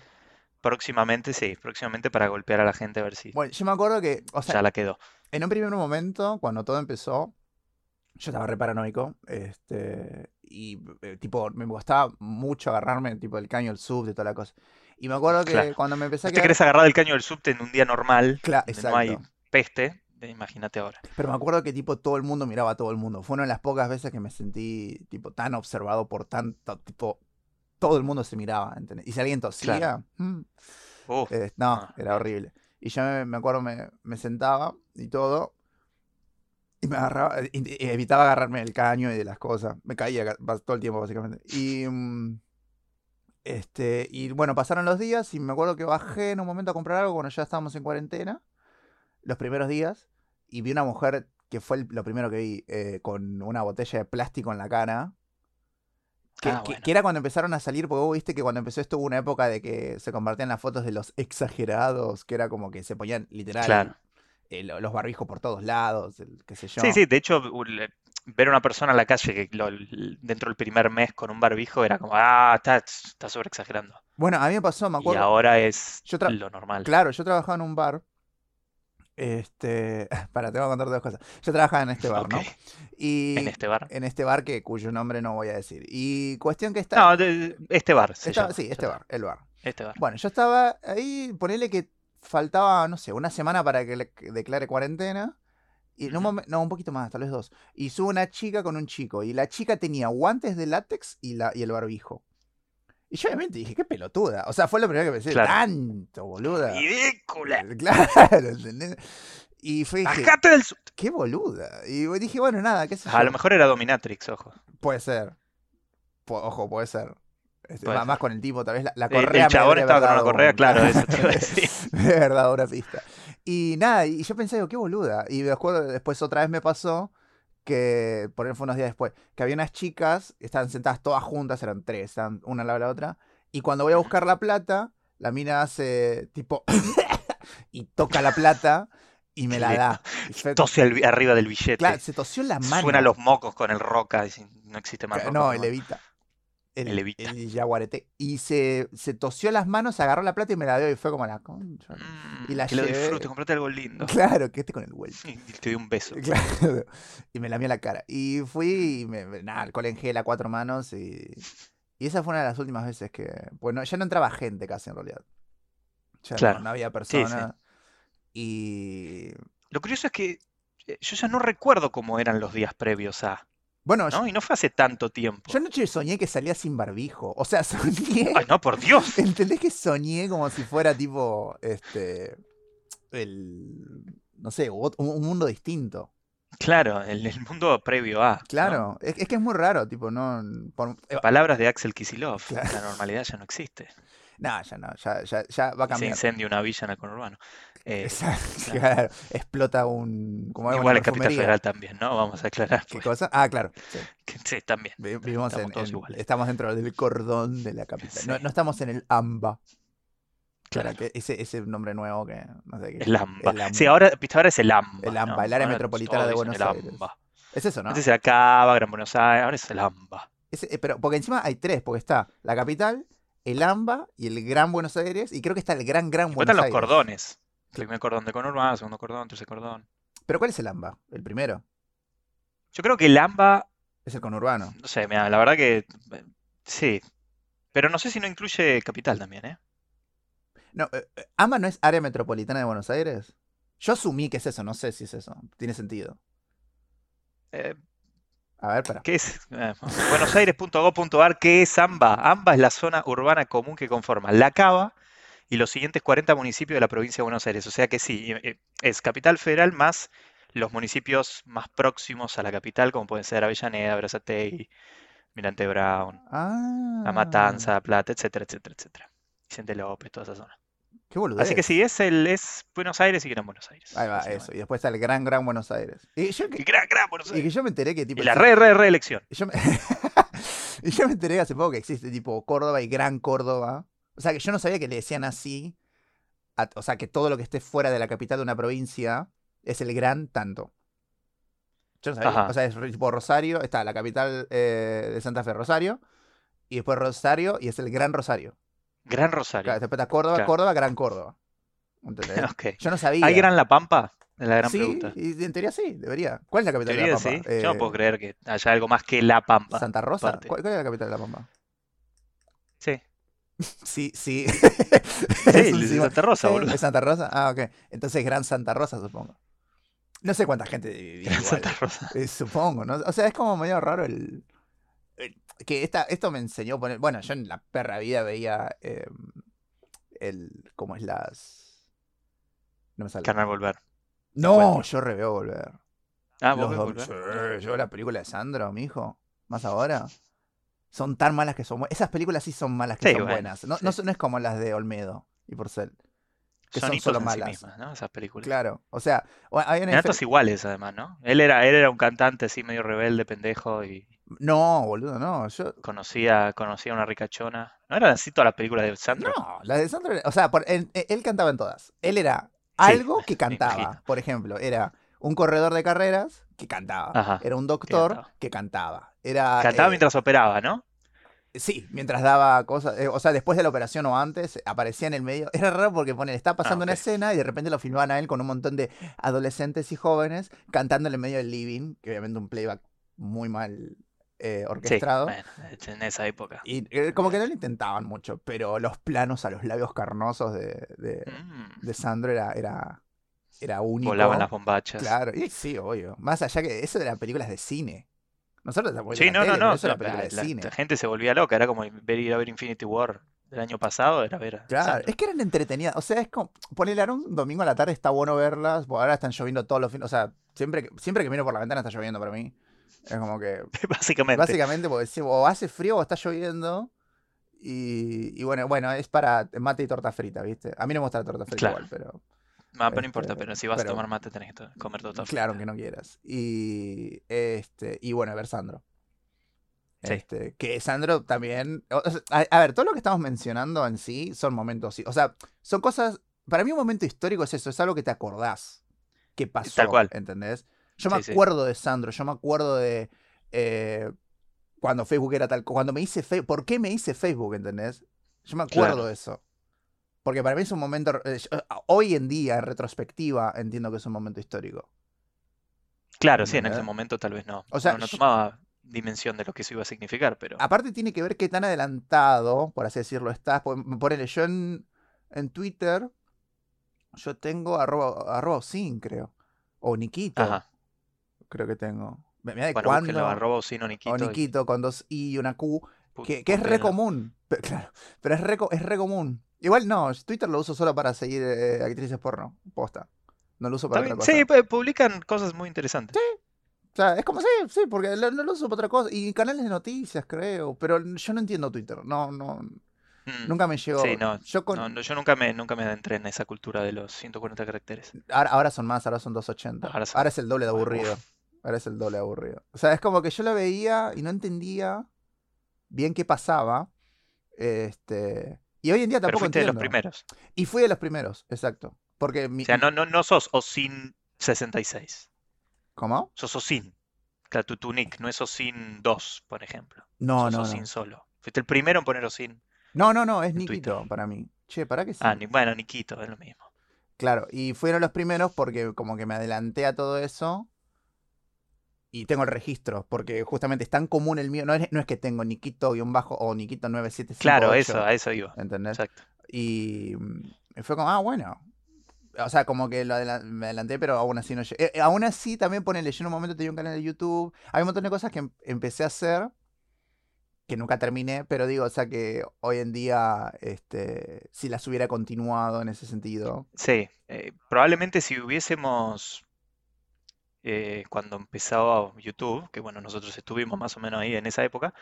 Speaker 1: próximamente, sí, próximamente para golpear a la gente a ver si
Speaker 2: Bueno, yo me acuerdo que, o sea,
Speaker 1: ya la quedó.
Speaker 2: en un primer momento, cuando todo empezó, yo estaba re paranoico, este, y eh, tipo, me gustaba mucho agarrarme, tipo, el caño, el sub, de toda la cosa. Y me acuerdo que
Speaker 1: Claro.
Speaker 2: cuando me empecé a
Speaker 1: Si te
Speaker 2: quedar...
Speaker 1: querés agarrar del caño del subte en un día normal,
Speaker 2: Claro,
Speaker 1: donde no hay
Speaker 2: exacto.
Speaker 1: peste, eh, imagínate ahora.
Speaker 2: Pero me acuerdo que tipo todo el mundo miraba a todo el mundo. Fue una de las pocas veces que me sentí tipo tan observado por tanto, tipo, todo el mundo se miraba, ¿entendés? Y si alguien tosía,
Speaker 1: Claro.
Speaker 2: mm,
Speaker 1: Uf,
Speaker 2: Eh, no,
Speaker 1: no,
Speaker 2: era horrible. Y yo me, me acuerdo, me, me sentaba y todo. Y me agarraba, y- y evitaba agarrarme del caño y de las cosas. Me caía ca- bas- todo el tiempo, básicamente. Y, mm, este, y bueno, pasaron los días y me acuerdo que bajé en un momento a comprar algo cuando ya estábamos en cuarentena, los primeros días, y vi una mujer que fue el- lo primero que vi, eh, con una botella de plástico en la cara. Que,
Speaker 1: Ah,
Speaker 2: que-
Speaker 1: bueno.
Speaker 2: que era cuando empezaron a salir, porque vos viste que cuando empezó esto hubo una época de que se compartían las fotos de los exagerados, que era como que se ponían literal
Speaker 1: claro.
Speaker 2: eh, lo- los barbijos por todos lados, el, qué sé yo.
Speaker 1: Sí, sí, de hecho, u- le- ver a una persona en la calle que lo- l- dentro del primer mes con un barbijo era como, ah, está, está sobreexagerando.
Speaker 2: Bueno, a mí me pasó, me
Speaker 1: Y
Speaker 2: acuerdo.
Speaker 1: ahora es
Speaker 2: Yo tra-
Speaker 1: lo normal.
Speaker 2: Claro, yo trabajaba en un bar. Este. Para, te voy a contar dos cosas. Yo trabajaba en este bar,
Speaker 1: Ok,
Speaker 2: ¿no? Y.
Speaker 1: En este bar.
Speaker 2: en este bar que cuyo nombre no voy a decir. Y cuestión que está.
Speaker 1: No, de- este bar se
Speaker 2: estaba-
Speaker 1: llama,
Speaker 2: sí,
Speaker 1: ya
Speaker 2: este
Speaker 1: está,
Speaker 2: bar, el bar.
Speaker 1: Este bar.
Speaker 2: Bueno, yo estaba ahí, ponele que faltaba, no sé, una semana para que le que declare cuarentena. Y en un
Speaker 1: Ujú.
Speaker 2: momen- no, un poquito más, tal vez dos. Y sube una chica con un chico. Y la chica tenía guantes de látex y, la, y el barbijo. Y yo obviamente dije, qué pelotuda. O sea, fue lo primero que pensé,
Speaker 1: Claro.
Speaker 2: tanto, boluda. Eh,
Speaker 1: Ridícula.
Speaker 2: Claro, ¿entendés? Y fue dije,
Speaker 1: Bajate del su-
Speaker 2: qué boluda. Y dije, bueno, nada, qué sé
Speaker 1: A lo
Speaker 2: yo.
Speaker 1: mejor era Dominatrix, ojo.
Speaker 2: Puede ser. Pu- ojo, puede ser. Este,
Speaker 1: Puede
Speaker 2: más, más
Speaker 1: ser.
Speaker 2: con el tipo, tal vez la, la
Speaker 1: El- el
Speaker 2: correa. me
Speaker 1: chabón
Speaker 2: habría
Speaker 1: estaba con una
Speaker 2: dado
Speaker 1: correa,
Speaker 2: un-
Speaker 1: claro, eso te iba a decir.
Speaker 2: me habría dado una pista. Y nada, y yo pensé, digo, qué boluda. Y me acuerdo, después otra vez me pasó que, por ejemplo, fue unos días después, que había unas chicas, estaban sentadas todas juntas, eran tres, estaban una al lado de la otra. Y cuando voy a
Speaker 1: Ujú.
Speaker 2: buscar la plata, la mina hace tipo. y toca la plata y me la
Speaker 1: Listo.
Speaker 2: da. Y fue-
Speaker 1: Tose al- arriba del billete.
Speaker 2: claro, se tosió en la mano.
Speaker 1: Suena los mocos con el roca. y No existe más
Speaker 2: Ca-
Speaker 1: roca.
Speaker 2: No,
Speaker 1: pero
Speaker 2: el
Speaker 1: bueno.
Speaker 2: Evita. El,
Speaker 1: El Evita.
Speaker 2: el yaguareté. Y se, se tosió las manos, agarró la plata y me la dio y fue como la concha. Y
Speaker 1: Mm,
Speaker 2: la
Speaker 1: que lo
Speaker 2: llevé.
Speaker 1: disfrutes, comprate algo lindo.
Speaker 2: Claro, que este con el vuelto.
Speaker 1: Y te doy un beso.
Speaker 2: Claro. Y me lamía la cara. Y fui, y me, me- nada, alcohol en gel a cuatro manos. Y, y esa fue una de las últimas veces que. Bueno, ya no entraba gente casi en realidad. Ya no-
Speaker 1: Claro.
Speaker 2: no, había
Speaker 1: Sí, sí.
Speaker 2: personas. Y.
Speaker 1: Lo curioso es que eh, yo ya no recuerdo cómo eran los días previos a,
Speaker 2: Bueno, yo,
Speaker 1: ¿no? Y no fue hace tanto tiempo.
Speaker 2: yo anoche soñé que salía sin barbijo. O sea, soñé.
Speaker 1: Ay, no, por Dios.
Speaker 2: ¿Entendés que soñé como si fuera tipo, este, el, no sé, ot- un, un mundo distinto?
Speaker 1: Claro, el, el mundo previo a, ¿no?
Speaker 2: Claro, es, es que es muy raro, tipo, no, por- eh,
Speaker 1: Palabras de Axel Kicillof,
Speaker 2: Claro.
Speaker 1: la normalidad ya no existe.
Speaker 2: No, ya no, ya, ya, ya va a
Speaker 1: Se
Speaker 2: cambiar.
Speaker 1: incendia una villa en el conurbano. Eh,
Speaker 2: Exacto,
Speaker 1: claro.
Speaker 2: claro. Explota un. Como algo, una
Speaker 1: igual en Capital
Speaker 2: perfumería.
Speaker 1: Federal también, ¿no? Vamos a aclarar.
Speaker 2: ¿Qué
Speaker 1: pues,
Speaker 2: cosa? Ah, claro. sí.
Speaker 1: que sí, también.
Speaker 2: Vi- Vivimos
Speaker 1: Estamos
Speaker 2: en,
Speaker 1: todos
Speaker 2: en-
Speaker 1: iguales.
Speaker 2: Estamos dentro del cordón de la capital. No,
Speaker 1: Sí.
Speaker 2: no estamos en el AMBA. Claro,
Speaker 1: Claro.
Speaker 2: que ese, ese nombre nuevo que no sé qué.
Speaker 1: El AMBA.
Speaker 2: El
Speaker 1: Sí,
Speaker 2: AMBA.
Speaker 1: ahora, viste, ahora es el AMBA.
Speaker 2: El AMBA,
Speaker 1: ¿no?
Speaker 2: el área
Speaker 1: Ahora
Speaker 2: metropolitana de
Speaker 1: todos dicen
Speaker 2: Buenos
Speaker 1: el
Speaker 2: Aires.
Speaker 1: AMBA.
Speaker 2: Es eso, ¿no?
Speaker 1: Antes era Cava, Gran Buenos Aires, ahora es el AMBA.
Speaker 2: Ese- eh, pero porque encima hay tres, porque está la capital, el AMBA y el Gran Buenos Aires, y creo que está el Gran Gran
Speaker 1: Después
Speaker 2: Buenos
Speaker 1: están los
Speaker 2: Aires.
Speaker 1: cordones. Primer cordón de conurbano, segundo cordón, tercer cordón.
Speaker 2: Pero ¿cuál es el AMBA? El primero.
Speaker 1: Yo creo que el AMBA,
Speaker 2: Es el conurbano.
Speaker 1: no sé, mira, la verdad que eh, sí. Pero no sé si no incluye Capital también, ¿eh?
Speaker 2: No, eh, eh, AMBA no es área metropolitana de Buenos Aires. Yo asumí que es eso, no sé si es eso. Tiene sentido.
Speaker 1: Eh,
Speaker 2: A ver, para.
Speaker 1: ¿Qué es? Eh, buenosaires.gov.ar, ¿qué es AMBA? AMBA es la zona urbana común que conforma La Cava y los siguientes 40 municipios de la provincia de Buenos Aires. O sea que sí, eh, eh, es Capital Federal más los municipios más próximos a la capital, como pueden ser Avellaneda, Brazatei, Mirante Brown,
Speaker 2: Ah.
Speaker 1: La Matanza, La Plata, etcétera, etcétera, etcétera. Vicente López, toda esa zona.
Speaker 2: Qué boludez.
Speaker 1: Así que sí, es el es Buenos Aires y Gran Buenos Aires.
Speaker 2: Ahí va, eso. Y después está el Gran Gran Buenos Aires. Y yo que,
Speaker 1: Y Gran, Gran Buenos
Speaker 2: y que pues
Speaker 1: Aires.
Speaker 2: yo me enteré que tipo.
Speaker 1: Y la
Speaker 2: existe-
Speaker 1: re, re, reelección.
Speaker 2: yo me- y yo me enteré hace poco que existe tipo Córdoba y Gran Córdoba. O sea que yo no sabía que le decían así. a- o sea que todo lo que esté fuera de la capital de una provincia es el gran tanto. Yo no sabía.
Speaker 1: Ajá.
Speaker 2: O sea, es re- tipo Rosario, está la capital eh, de Santa Fe, Rosario. Y después Rosario y es el gran Rosario.
Speaker 1: Gran Rosario.
Speaker 2: Claro, después está Córdoba,
Speaker 1: Claro.
Speaker 2: Córdoba, Gran Córdoba. ¿Entendés?
Speaker 1: Ok.
Speaker 2: Yo no sabía.
Speaker 1: ¿Hay Gran La Pampa? Es la gran
Speaker 2: sí,
Speaker 1: pregunta.
Speaker 2: y en teoría sí, debería. ¿Cuál es la
Speaker 1: En
Speaker 2: capital
Speaker 1: teoría
Speaker 2: de la
Speaker 1: sí.
Speaker 2: Pampa?
Speaker 1: Yo no
Speaker 2: Eh,
Speaker 1: puedo creer que haya algo más que La Pampa.
Speaker 2: ¿Santa Rosa?
Speaker 1: parte.
Speaker 2: ¿Cuál, cuál es la capital de la Pampa?
Speaker 1: Sí.
Speaker 2: Sí, sí.
Speaker 1: Sí,
Speaker 2: Es un
Speaker 1: el de
Speaker 2: sí-
Speaker 1: Santa Rosa,
Speaker 2: sí,
Speaker 1: boludo.
Speaker 2: ¿Es Santa Rosa? Ah, ok. Entonces Gran Santa Rosa, supongo. No sé cuánta gente vivía igual.
Speaker 1: Santa Rosa.
Speaker 2: Eh, supongo, ¿no? O sea, es como medio raro el. el- que esta, esto me enseñó a poner. Bueno, yo en la perra vida veía. eh, el. ¿Cómo es las. No me sale.
Speaker 1: Canal Volver.
Speaker 2: no,
Speaker 1: Cuatro.
Speaker 2: yo reveo volver.
Speaker 1: Ah, vos
Speaker 2: Los
Speaker 1: ves
Speaker 2: dom-
Speaker 1: Volver.
Speaker 2: Sí, yo la película de Sandro, mijo, más ahora, son tan malas que son buenas. Esas películas sí son malas que
Speaker 1: Sí,
Speaker 2: son
Speaker 1: bueno,
Speaker 2: buenas. No, no
Speaker 1: sí.
Speaker 2: son- no es como las de Olmedo y Porcel, que son
Speaker 1: hitos
Speaker 2: solo
Speaker 1: en sí
Speaker 2: malas.
Speaker 1: mismas, ¿no? Esas películas.
Speaker 2: Claro, o sea, o- hay una
Speaker 1: Eran
Speaker 2: difer-
Speaker 1: todas iguales, además, ¿no? Él era, él era un cantante así medio rebelde, pendejo, y
Speaker 2: No, boludo, no. Yo...
Speaker 1: conocía, conocía a una ricachona. ¿No eran así todas las películas de Sandro?
Speaker 2: No, las de Sandro, era- o sea, por- él, él cantaba en todas. Él era
Speaker 1: Sí,
Speaker 2: algo que cantaba.
Speaker 1: imagino.
Speaker 2: Por ejemplo, era un corredor de carreras que cantaba.
Speaker 1: Ajá,
Speaker 2: Era un doctor
Speaker 1: cantaba.
Speaker 2: que cantaba. Era,
Speaker 1: Cantaba
Speaker 2: eh,
Speaker 1: mientras operaba, ¿no?
Speaker 2: Sí, mientras daba cosas, eh, o sea, después de la operación o antes, aparecía en el medio. Era raro porque ponen, está pasando una
Speaker 1: Ah, ok.
Speaker 2: escena y de repente lo filmaban a él con un montón de adolescentes y jóvenes cantando en el medio del living, que obviamente un playback muy mal eh,
Speaker 1: Sí,
Speaker 2: orquestado.
Speaker 1: bueno, en esa época.
Speaker 2: Y eh, como que no lo intentaban mucho, pero los planos a los labios carnosos de, de,
Speaker 1: Mm,
Speaker 2: de Sandro era, era, era único.
Speaker 1: Volaban las bombachas.
Speaker 2: Claro, y sí, obvio. Más allá que eso eran películas de cine. Nosotros tampoco
Speaker 1: Sí, no, no, no.
Speaker 2: eso
Speaker 1: la-
Speaker 2: era película
Speaker 1: la,
Speaker 2: de
Speaker 1: la-
Speaker 2: cine.
Speaker 1: la gente se volvía loca. Era como ver ir a ver Infinity War del año pasado. Era ver a
Speaker 2: Claro,
Speaker 1: Sandro.
Speaker 2: es que eran entretenidas. O sea, es como. Ponele ahora un domingo a la tarde, está bueno verlas. porque ahora están lloviendo todos los fines. O sea, siempre que, siempre que miro por la ventana está lloviendo para mí. Es como que.
Speaker 1: Básicamente.
Speaker 2: Básicamente, porque sí, o hace frío o está lloviendo. Y, y bueno, bueno, es para mate y torta frita, ¿viste? A mí no me gusta la torta frita
Speaker 1: Claro.
Speaker 2: igual, pero.
Speaker 1: Ah, pero no importa,
Speaker 2: Este,
Speaker 1: pero si vas
Speaker 2: pero-
Speaker 1: a tomar mate tenés que to- comer todo.
Speaker 2: Mm, Claro que no quieras. Y. Este. Y bueno, ver Sandro.
Speaker 1: Sí.
Speaker 2: Este, que Sandro también. o- o sea, a, a ver, todo lo que estamos mencionando en sí son momentos. sí, O sea, son cosas. Para mí, un momento histórico es eso, es algo que te acordás que pasó.
Speaker 1: cual.
Speaker 2: ¿Entendés? Yo me
Speaker 1: Sí, sí.
Speaker 2: acuerdo de Sandro, yo me acuerdo de. eh, cuando Facebook era tal. Cuando me hice Facebook. ¿Por qué me hice Facebook? ¿Entendés? Yo me acuerdo
Speaker 1: Claro.
Speaker 2: de eso. Porque para mí es un momento. eh, yo- hoy en día, en retrospectiva, entiendo que es un momento histórico.
Speaker 1: Claro, sí, en ese
Speaker 2: ¿Verdad?
Speaker 1: momento tal vez no.
Speaker 2: ¿eh? O sea,
Speaker 1: Uno no
Speaker 2: yo- Ah,
Speaker 1: tomaba dimensión de lo que eso iba a significar, pero
Speaker 2: Aparte tiene que ver qué tan adelantado, por así decirlo, estás. Pon- Ponele, yo en, en Twitter, yo tengo arroba, arroba Osin, creo. O Nikito,
Speaker 1: ajá.
Speaker 2: creo que tengo. Mirá de
Speaker 1: Bueno,
Speaker 2: cuándo.
Speaker 1: búsquenlo, arroba Osino
Speaker 2: o
Speaker 1: Nikito y
Speaker 2: Nikito con dos I y una Q,
Speaker 1: pu-
Speaker 2: que, que es re
Speaker 1: putéenlo.
Speaker 2: común. Pero, claro, pero es re, co- es re común. Igual no, yo Twitter lo uso solo para seguir eh, actrices porno, posta. No lo uso para
Speaker 1: Está
Speaker 2: otra
Speaker 1: bien,
Speaker 2: cosa.
Speaker 1: Sí, pu- publican cosas muy interesantes.
Speaker 2: O sea, es como, sí, sí, porque lo- no lo uso para otra cosa. Y canales de noticias, creo. Pero yo no entiendo Twitter. No, no.
Speaker 1: Mm.
Speaker 2: Nunca me llegó.
Speaker 1: Sí, no,
Speaker 2: Yo
Speaker 1: no,
Speaker 2: con.
Speaker 1: no, yo nunca me, nunca me adentré en esa cultura de los 140 caracteres.
Speaker 2: Ahora, ahora son más, ahora son 280.
Speaker 1: Ahora son,
Speaker 2: Ahora es el doble de
Speaker 1: bueno, uf.
Speaker 2: aburrido. Ahora es el doble de aburrido. O sea, es como que yo la veía y no entendía bien qué pasaba. Este. Y hoy en día
Speaker 1: Pero
Speaker 2: tampoco
Speaker 1: fuiste de los
Speaker 2: entiendo.
Speaker 1: primeros.
Speaker 2: Y fui de los primeros, exacto. Porque
Speaker 1: O
Speaker 2: mi.
Speaker 1: sea, no, no, no sos OSIN 66.
Speaker 2: ¿Cómo?
Speaker 1: Sos OSIN. Claro, tu, tu nick no es OSIN 2, por ejemplo.
Speaker 2: No,
Speaker 1: Sos
Speaker 2: no,
Speaker 1: OSIN
Speaker 2: no.
Speaker 1: solo. Fuiste el primero en poner OSIN
Speaker 2: No, no, no, es
Speaker 1: en Twitter.
Speaker 2: Nikito para mí. Che, ¿para qué
Speaker 1: Ah,
Speaker 2: sí?
Speaker 1: ni, bueno, Nikito, es lo mismo.
Speaker 2: Claro, y fueron los primeros porque como que me adelanté a todo eso y tengo el registro, porque justamente es tan común el mío, no es, no es que tengo Nikito-bajo o
Speaker 1: Claro, eso,
Speaker 2: Nikito9758,
Speaker 1: a eso iba.
Speaker 2: ¿entendés?
Speaker 1: Exacto.
Speaker 2: Y mm, fue como, ah, bueno. O sea, como que lo adela- me adelanté, pero aún así no llegué. Eh, eh, aún así, también ponele, yo en un momento tenía un canal de YouTube, hay un montón de cosas que em- empecé a hacer que nunca terminé, pero digo, o sea que hoy en día, este, si las hubiera continuado en ese sentido.
Speaker 1: Sí, eh, probablemente si hubiésemos, eh, cuando empezaba YouTube, que bueno, nosotros estuvimos más o menos ahí en esa época,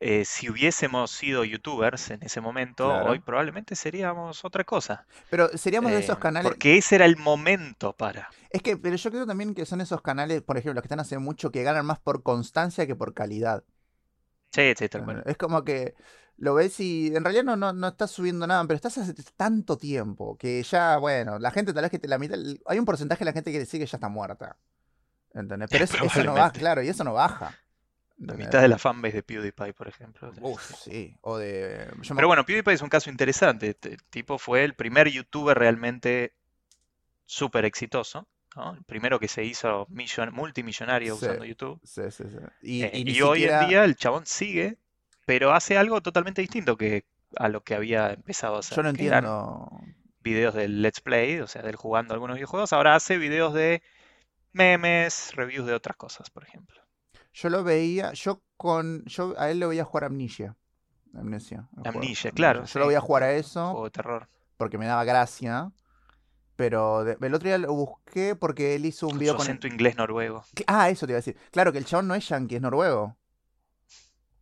Speaker 1: eh, si hubiésemos sido youtubers en ese momento, hoy
Speaker 2: Claro.
Speaker 1: probablemente seríamos otra cosa.
Speaker 2: Pero seríamos de esos
Speaker 1: Eh,
Speaker 2: canales.
Speaker 1: porque ese era el momento para.
Speaker 2: Es que, pero yo creo también que son esos canales, por ejemplo, los que están hace mucho, que ganan más por constancia que por calidad.
Speaker 1: Sí, sí, tal cual.
Speaker 2: ¿entendés? Es como que lo ves y en realidad no, no, no estás subiendo nada, pero estás hace tanto tiempo que ya, bueno, la gente tal vez que te la mitad, hay un porcentaje de la gente que te sigue ya está muerta. ¿Entendés? Pero eso, eso no baja,
Speaker 1: Probablemente.
Speaker 2: claro, y eso no baja.
Speaker 1: La
Speaker 2: ¿Entendés?
Speaker 1: mitad de la fanbase de PewDiePie, por ejemplo. tenés,
Speaker 2: Uf,
Speaker 1: sí.
Speaker 2: sí. O de. Yo me
Speaker 1: Pero bueno, PewDiePie es un caso interesante. Este, El tipo fue el primer youtuber realmente súper exitoso, ¿no? El primero que se hizo millon- multimillonario
Speaker 2: Sí,
Speaker 1: usando YouTube.
Speaker 2: sí, sí, sí. Y,
Speaker 1: Eh,
Speaker 2: y ni
Speaker 1: y hoy en
Speaker 2: siquiera.
Speaker 1: día el chabón sigue, pero hace algo totalmente distinto que a lo que había empezado a
Speaker 2: Yo
Speaker 1: hacer,
Speaker 2: no
Speaker 1: que eran
Speaker 2: entiendo.
Speaker 1: videos del Let's Play, o sea, del jugando algunos videojuegos. Ahora hace videos de memes, reviews de otras cosas, por ejemplo.
Speaker 2: Yo lo veía, yo con, yo a él lo veía jugar Amnesia, Amnesia, el
Speaker 1: Amnesia,
Speaker 2: juego, Amnesia.
Speaker 1: claro,
Speaker 2: Yo lo
Speaker 1: sí,
Speaker 2: veía jugar a
Speaker 1: un
Speaker 2: eso
Speaker 1: juego de terror.
Speaker 2: porque me daba gracia, pero de- el otro día lo busqué porque él hizo un
Speaker 1: Con
Speaker 2: video
Speaker 1: su
Speaker 2: con el,
Speaker 1: acento inglés noruego.
Speaker 2: que- ah, eso te iba a decir, claro que el chabón no es yanqui, es noruego,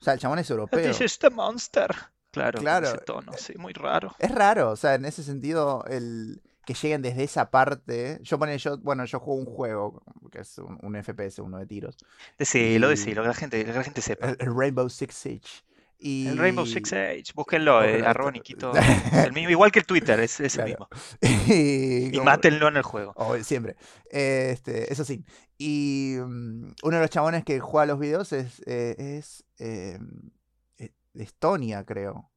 Speaker 2: o sea, el chabón es
Speaker 1: This
Speaker 2: europeo,
Speaker 1: is the "Este monster. Claro, con ese
Speaker 2: claro,
Speaker 1: tono, sí, muy raro.
Speaker 2: es raro, o sea, en ese sentido el que lleguen desde esa parte, yo pone, yo, bueno, yo juego un juego que es un, un FPS, uno de tiros
Speaker 1: Decilo,
Speaker 2: y
Speaker 1: decilo, que la gente, que la gente sepa.
Speaker 2: el, el Rainbow Six Siege
Speaker 1: El Rainbow Six
Speaker 2: y
Speaker 1: Siege, búsquenlo, eh,
Speaker 2: Búsquenlo, está-
Speaker 1: arroba Nikito. Es el mismo, igual que el Twitter, es, es el
Speaker 2: Claro.
Speaker 1: mismo.
Speaker 2: Y
Speaker 1: Y
Speaker 2: como-
Speaker 1: mátenlo en el juego.
Speaker 2: oh, siempre. Eh, Este, eso sí. Y mm, uno de los chabones que juega los videos es, eh, es eh, eh, de Estonia, creo.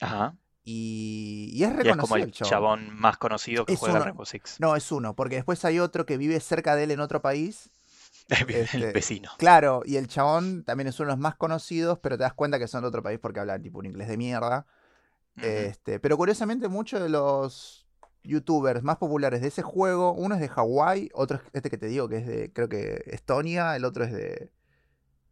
Speaker 1: Ajá.
Speaker 2: Y, y es
Speaker 1: Y es como
Speaker 2: reconocido
Speaker 1: el
Speaker 2: el chabón.
Speaker 1: chabón más conocido que
Speaker 2: Es
Speaker 1: juega al
Speaker 2: uno.
Speaker 1: Rainbow Six.
Speaker 2: No, es uno, porque después hay otro que vive cerca de él en otro país.
Speaker 1: El
Speaker 2: Este,
Speaker 1: vecino.
Speaker 2: claro, y el chabón también es uno de los más conocidos, pero te das cuenta que son de otro país porque hablan tipo un inglés de mierda.
Speaker 1: Ujú.
Speaker 2: Este, pero curiosamente muchos de los youtubers más populares de ese juego, uno es de Hawái, otro es este que te digo que es de, creo que Estonia, el otro es de,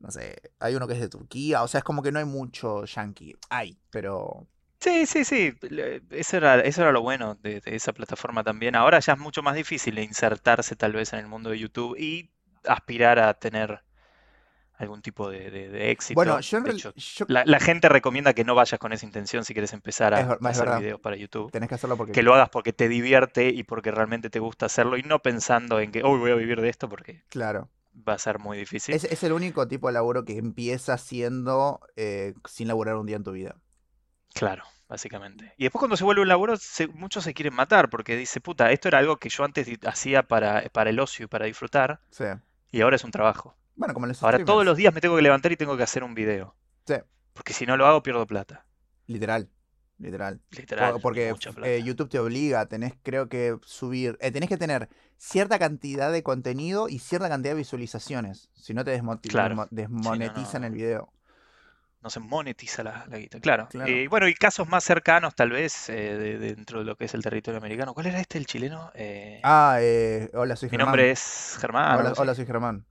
Speaker 2: no sé, hay uno que es de Turquía, o sea, es como que no hay mucho yankee, hay, pero
Speaker 1: Sí, sí, sí. le- Eso era, eso era lo bueno de, de esa plataforma también. Ahora ya es mucho más difícil insertarse tal vez en el mundo de YouTube y aspirar a tener algún tipo de, de- de
Speaker 2: bueno,
Speaker 1: éxito.
Speaker 2: yo en
Speaker 1: De
Speaker 2: real-
Speaker 1: hecho,
Speaker 2: yo,
Speaker 1: la, la gente recomienda que no vayas con esa intención si quieres empezar
Speaker 2: es,
Speaker 1: a,
Speaker 2: ver-
Speaker 1: a
Speaker 2: es
Speaker 1: hacer
Speaker 2: verdad,
Speaker 1: videos para YouTube.
Speaker 2: tenés que hacerlo porque,
Speaker 1: Que lo hagas porque te divierte y porque realmente te gusta hacerlo y no pensando en que, hoy voy a vivir de esto porque
Speaker 2: claro,
Speaker 1: va a ser muy difícil.
Speaker 2: es, es el único tipo de laburo que empieza siendo eh, sin laburar un día en tu vida.
Speaker 1: Claro, básicamente. Y después cuando se vuelve un laburo, se- muchos se quieren matar porque dice, puta, esto era algo que yo antes di- hacía para, para el ocio y para disfrutar,
Speaker 2: Sí.
Speaker 1: y ahora es un trabajo.
Speaker 2: Bueno, como los
Speaker 1: Ahora todos
Speaker 2: streamers.
Speaker 1: los días me tengo que levantar y tengo que hacer un video,
Speaker 2: Sí.
Speaker 1: porque si no lo hago pierdo plata,
Speaker 2: Literal, literal.
Speaker 1: literal,
Speaker 2: Por-
Speaker 1: y
Speaker 2: Porque
Speaker 1: mucha
Speaker 2: eh,
Speaker 1: plata.
Speaker 2: YouTube te obliga, tenés creo que subir, eh, tenés que tener cierta cantidad de contenido y cierta cantidad de visualizaciones, si no te desmoti-
Speaker 1: Claro,
Speaker 2: desmo-
Speaker 1: si no,
Speaker 2: desmonetizan el
Speaker 1: no,
Speaker 2: video.
Speaker 1: no se monetiza la, la guita. Claro, Eh,
Speaker 2: Claro.
Speaker 1: y bueno, y casos más cercanos tal vez eh, de- dentro de lo que es el territorio americano. ¿Cuál era este, el chileno? Eh,
Speaker 2: Ah, eh, hola, soy
Speaker 1: mi
Speaker 2: Germán.
Speaker 1: nombre es ah, Germán, algo
Speaker 2: Hola,
Speaker 1: así.
Speaker 2: hola, soy Germán.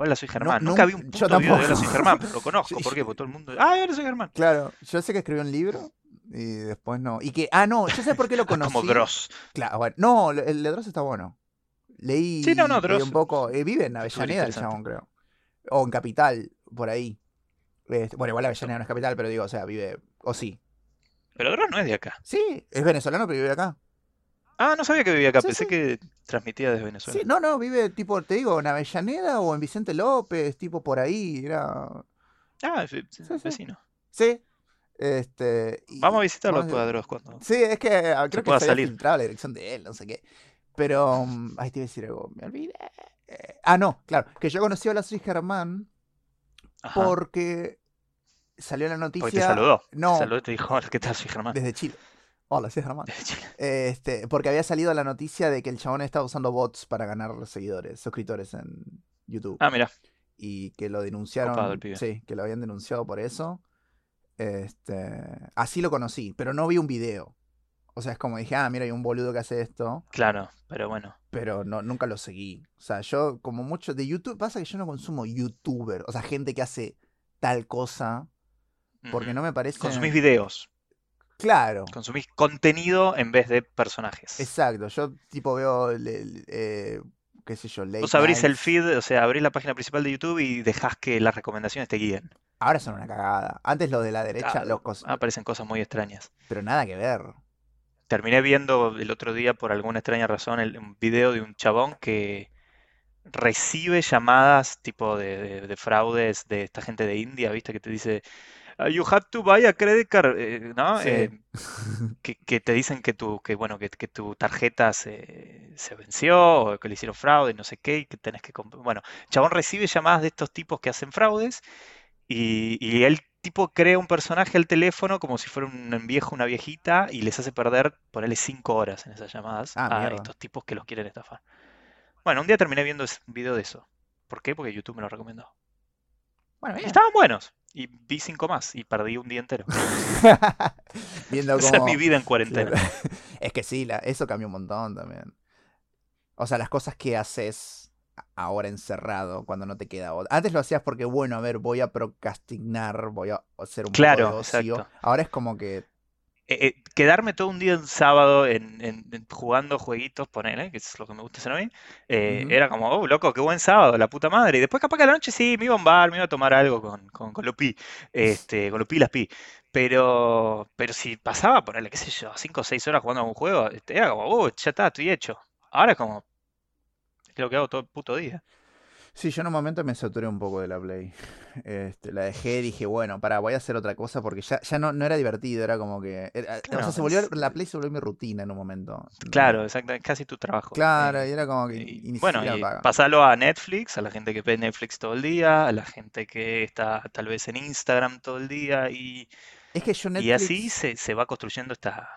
Speaker 1: Hola, soy
Speaker 2: No,
Speaker 1: Germán. Nunca vi
Speaker 2: nunca,
Speaker 1: un
Speaker 2: yo
Speaker 1: puto video
Speaker 2: tampoco.
Speaker 1: de Hola, soy Germán, pero lo
Speaker 2: Yo-
Speaker 1: conozco. ¿Por
Speaker 2: yo-
Speaker 1: qué? Porque todo el mundo... Ah, Hola, soy Germán.
Speaker 2: claro, yo sé que escribió un libro y después no. Y que, ah, no, yo sé por qué lo
Speaker 1: Ah, como
Speaker 2: conocí.
Speaker 1: Dross.
Speaker 2: Claro, bueno, no, lo- el de Dross está bueno.
Speaker 1: Sí, no,
Speaker 2: Leí,
Speaker 1: no,
Speaker 2: leí
Speaker 1: Dross
Speaker 2: un poco, eh, vive en
Speaker 1: es súper
Speaker 2: Avellaneda el
Speaker 1: interesante.
Speaker 2: chabón, creo. O en Capital, por ahí. Este, bueno, igual
Speaker 1: No,
Speaker 2: Avellaneda no es capital, pero digo, o sea, vive. O sí.
Speaker 1: Pero Dross no es de acá.
Speaker 2: Sí, es venezolano, pero vive acá.
Speaker 1: Ah, no sabía que vivía acá,
Speaker 2: Sí,
Speaker 1: pensé
Speaker 2: sí.
Speaker 1: que transmitía desde
Speaker 2: Sí,
Speaker 1: Venezuela.
Speaker 2: no, no, vive tipo, te digo, en Avellaneda o en Vicente López, tipo por ahí, era...
Speaker 1: Ah, sí, sí,
Speaker 2: Sí, sí.
Speaker 1: vecino.
Speaker 2: Sí. Este, y-
Speaker 1: Vamos a visitarlo
Speaker 2: vamos
Speaker 1: después a Dross cuando.
Speaker 2: Sí, es que ah, creo que
Speaker 1: pueda
Speaker 2: se había
Speaker 1: salir.
Speaker 2: filtrado la dirección de él, no sé qué. Pero, mm, ay, te iba a decir algo, me olvidé. Eh, ah, no, claro, que yo conocí a Lazarus Germán
Speaker 1: Ajá.
Speaker 2: porque salió la noticia...
Speaker 1: Porque te saludó.
Speaker 2: No.
Speaker 1: Te saludó y te dijo, "Hola, ¿qué tal? Soy Germán.
Speaker 2: Desde Chile. Hola, sí, Germán.
Speaker 1: Desde Chile.
Speaker 2: Este, porque había salido la noticia de que el chabón estaba usando bots para ganar seguidores, suscriptores en YouTube.
Speaker 1: Ah, mira.
Speaker 2: Y que lo denunciaron.
Speaker 1: Copado el pibe.
Speaker 2: Sí, que lo habían denunciado por eso. Este, así lo conocí, pero no vi un video. O sea, es como dije, ah, mira, hay un boludo que hace esto,
Speaker 1: Claro, pero bueno.
Speaker 2: pero no, nunca lo seguí. O sea, yo como mucho de YouTube, pasa que yo no consumo youtuber, o sea, gente que hace tal cosa, porque
Speaker 1: Ujú.
Speaker 2: no me parece...
Speaker 1: Consumís videos,
Speaker 2: Claro.
Speaker 1: consumís contenido en vez de personajes.
Speaker 2: Exacto, yo tipo veo, el- el, eh, qué sé yo, late
Speaker 1: Vos abrís el
Speaker 2: nights.
Speaker 1: feed, o sea, abrís la página principal de YouTube y dejás que las recomendaciones te guíen.
Speaker 2: Ahora son una cagada. Antes los de la derecha,
Speaker 1: Ah,
Speaker 2: los cos-
Speaker 1: Aparecen cosas muy extrañas.
Speaker 2: pero nada que ver.
Speaker 1: Terminé viendo el otro día, por alguna extraña razón, el- un video de un chabón que recibe llamadas tipo de, de- de fraudes de esta gente de India, ¿viste? Que te dice, "Ah, you have to buy a credit card, eh, ¿no?
Speaker 2: Sí.
Speaker 1: Eh, que, que te dicen que tu, que, bueno, que, que tu tarjeta se, se venció, o que le hicieron fraude, no sé qué, y que tenés que comp- Bueno, Chabón recibe llamadas de estos tipos que hacen fraudes y, y el tipo crea un personaje al teléfono como si fuera un viejo, una viejita, y les hace perder, ponerle cinco horas en esas llamadas
Speaker 2: Ah,
Speaker 1: a
Speaker 2: mierda.
Speaker 1: estos tipos que los quieren estafar. Bueno, un día terminé viendo ese- un video de eso. ¿Por qué? Porque YouTube me lo recomendó.
Speaker 2: Bueno,
Speaker 1: Y
Speaker 2: bien.
Speaker 1: estaban buenos. Y vi cinco más y perdí un día entero.
Speaker 2: Viendo
Speaker 1: Esa es mi
Speaker 2: cómo-
Speaker 1: vida en cuarentena.
Speaker 2: Claro. Es que sí, la- eso cambió un montón también. O sea, las cosas que haces a- ahora encerrado, cuando no te queda otra. Antes lo hacías porque, bueno, a ver, voy a procrastinar, voy a hacer un poco de
Speaker 1: Claro,
Speaker 2: ocio.
Speaker 1: exacto.
Speaker 2: Ahora es como que
Speaker 1: eh, eh, quedarme todo un día en sábado en, en- en- jugando jueguitos, ponele, que es lo que me gusta hacer a mí, eh,
Speaker 2: Ujú.
Speaker 1: era como, oh, loco, qué buen sábado, la puta madre. Y después capaz que a la noche sí, me iba a un bar, me iba a tomar algo con, con, con los pi, este, con los pi y las pi. Pero, pero si pasaba, ponele, qué sé yo, cinco o seis horas jugando a un juego, este, era como, oh, ya está, estoy hecho. Ahora es como, es lo que hago todo el puto día.
Speaker 2: Sí, yo en un momento me saturé un poco de la Play. Este, la dejé, dije, bueno, para, voy a hacer otra cosa porque ya, ya no, no era divertido, era como que. era- o sea,
Speaker 1: Claro,
Speaker 2: se volvió,
Speaker 1: es-
Speaker 2: la Play se volvió mi rutina en un momento.
Speaker 1: Claro, exacto, es casi tu trabajo.
Speaker 2: Claro,
Speaker 1: eh,
Speaker 2: y era como que.
Speaker 1: Y,
Speaker 2: Y ni
Speaker 1: bueno,
Speaker 2: siquiera me
Speaker 1: y
Speaker 2: pagan.
Speaker 1: pasarlo a Netflix, a la gente que ve Netflix todo el día, a la gente que está tal vez en Instagram todo el día, y,
Speaker 2: Es que yo
Speaker 1: y
Speaker 2: Netflix.
Speaker 1: así se, se va construyendo esta,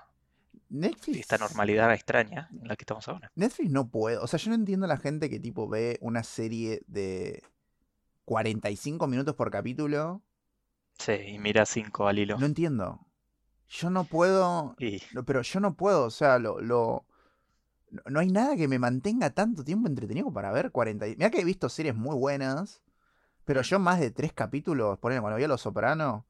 Speaker 2: Netflix.
Speaker 1: esta normalidad extraña en la que estamos ahora.
Speaker 2: Netflix no puedo. O sea, yo no entiendo a la gente que tipo ve una serie de 45 minutos por capítulo.
Speaker 1: Sí, y mira cinco al hilo.
Speaker 2: No entiendo. Yo no puedo.
Speaker 1: Y
Speaker 2: no, Pero yo no puedo, o sea, lo, lo- no- No hay nada que me mantenga tanto tiempo entretenido para ver 40. Mira que he visto series muy buenas, pero
Speaker 1: Mm.
Speaker 2: yo más de tres capítulos, por cuando veía Los Sopranos,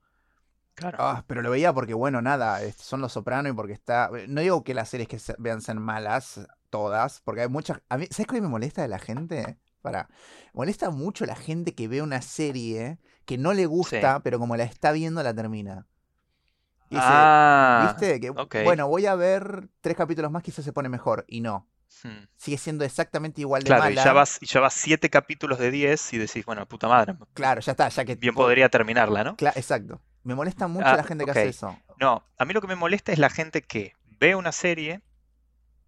Speaker 1: claro,
Speaker 2: ah, pero lo veía porque, bueno, nada, es- son Los Sopranos y porque está. eh, No digo que las series que se vean sean malas, todas, porque hay muchas. A mí, ¿sabes qué me molesta de la gente? Para, molesta mucho la gente que ve una serie que no le gusta, pero como la está viendo, la termina. Y dice,
Speaker 1: Ah,
Speaker 2: ¿Viste? Que,
Speaker 1: ok.
Speaker 2: bueno, voy a ver tres capítulos más, quizás se pone mejor. Y no.
Speaker 1: Hmm.
Speaker 2: Sigue siendo exactamente igual de
Speaker 1: Claro, y
Speaker 2: mala.
Speaker 1: ya vas, y ya vas siete capítulos de 10 y decís, bueno, puta madre,
Speaker 2: Claro, ya está, ya que.
Speaker 1: bien
Speaker 2: po-
Speaker 1: podría terminarla, ¿no?
Speaker 2: Cla- exacto. Me molesta mucho
Speaker 1: Ah,
Speaker 2: la gente que
Speaker 1: ok.
Speaker 2: hace eso.
Speaker 1: No, a mí lo que me molesta es la gente que ve una serie,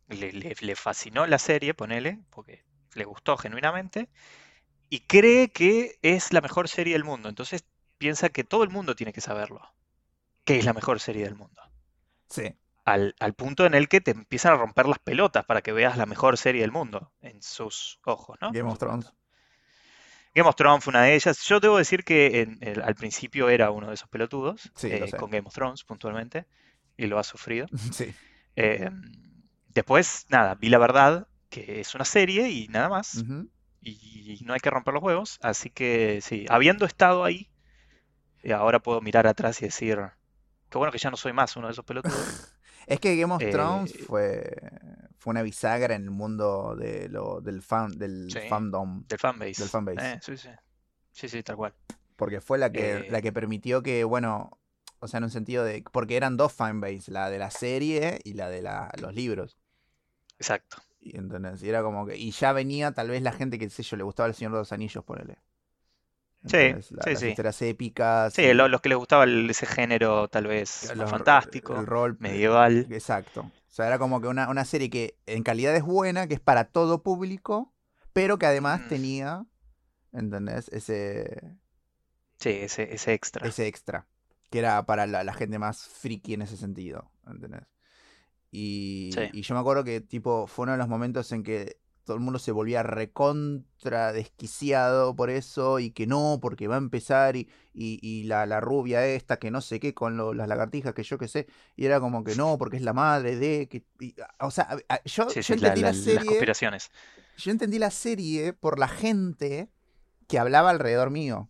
Speaker 1: le, le- le fascinó la serie, ponele, porque le gustó genuinamente, y cree que es la mejor serie del mundo. Entonces piensa que todo el mundo tiene que saberlo, que es la mejor serie del mundo.
Speaker 2: Sí.
Speaker 1: Al, al punto en el que te empiezan a romper las pelotas para que veas la mejor serie del mundo, en sus ojos, ¿no?
Speaker 2: Game
Speaker 1: Por
Speaker 2: of Thrones.
Speaker 1: supuesto. Game of Thrones fue una de ellas. Yo debo decir que en- el- al principio era uno de esos pelotudos,
Speaker 2: Sí, lo
Speaker 1: eh,
Speaker 2: sé.
Speaker 1: con Game of Thrones puntualmente, y lo ha sufrido.
Speaker 2: Sí.
Speaker 1: Eh, después, nada, vi la verdad, que es una serie y nada más,
Speaker 2: Ujú.
Speaker 1: y no hay que romper los huevos, así que sí, habiendo estado ahí, eh, ahora puedo mirar atrás y decir, qué bueno que ya no soy más uno de esos pelotudos.
Speaker 2: Es que Game of Thrones
Speaker 1: Eh,
Speaker 2: fue, fue una bisagra en el mundo de lo, del, fan, del
Speaker 1: Sí.
Speaker 2: fandom.
Speaker 1: del fanbase.
Speaker 2: Del fanbase.
Speaker 1: Eh, sí, sí, sí, sí, tal cual.
Speaker 2: Porque fue la que,
Speaker 1: Eh,
Speaker 2: la que permitió que, bueno, O sea, en un sentido de. Porque eran dos fanbase, la de la serie y la de la- los libros.
Speaker 1: Exacto.
Speaker 2: Y entonces, y era como que. Y ya venía tal vez la gente que, qué sé yo, le gustaba el Señor de los Anillos, ponele.
Speaker 1: Sí,
Speaker 2: Entonces, la-
Speaker 1: sí,
Speaker 2: las
Speaker 1: sí.
Speaker 2: historias épicas.
Speaker 1: Sí,
Speaker 2: y
Speaker 1: lo- los que les gustaba el- ese género tal vez más
Speaker 2: los-
Speaker 1: fantástico,
Speaker 2: El eh, rol.
Speaker 1: medieval.
Speaker 2: Exacto. O sea, era como que una, una serie que en calidad es buena, que es para todo público, pero que además
Speaker 1: Mm.
Speaker 2: tenía, ¿entendés? Ese,
Speaker 1: Sí, ese, ese extra.
Speaker 2: ese extra, que era para la, la gente más friki en ese sentido, ¿entendés? Y,
Speaker 1: Sí.
Speaker 2: y yo me acuerdo que, tipo, fue uno de los momentos en que todo el mundo se volvía recontra desquiciado por eso y que no, porque va a empezar y, y- y la, la rubia esta, que no sé qué, con lo- las lagartijas, que yo qué sé, y era como que no, porque es la madre de... Que, y- o sea, a- a- yo,
Speaker 1: Sí,
Speaker 2: yo
Speaker 1: sí, la-
Speaker 2: entendí
Speaker 1: la-
Speaker 2: la,
Speaker 1: las
Speaker 2: serie...
Speaker 1: conspiraciones.
Speaker 2: Yo entendí la serie por la gente que hablaba alrededor mío.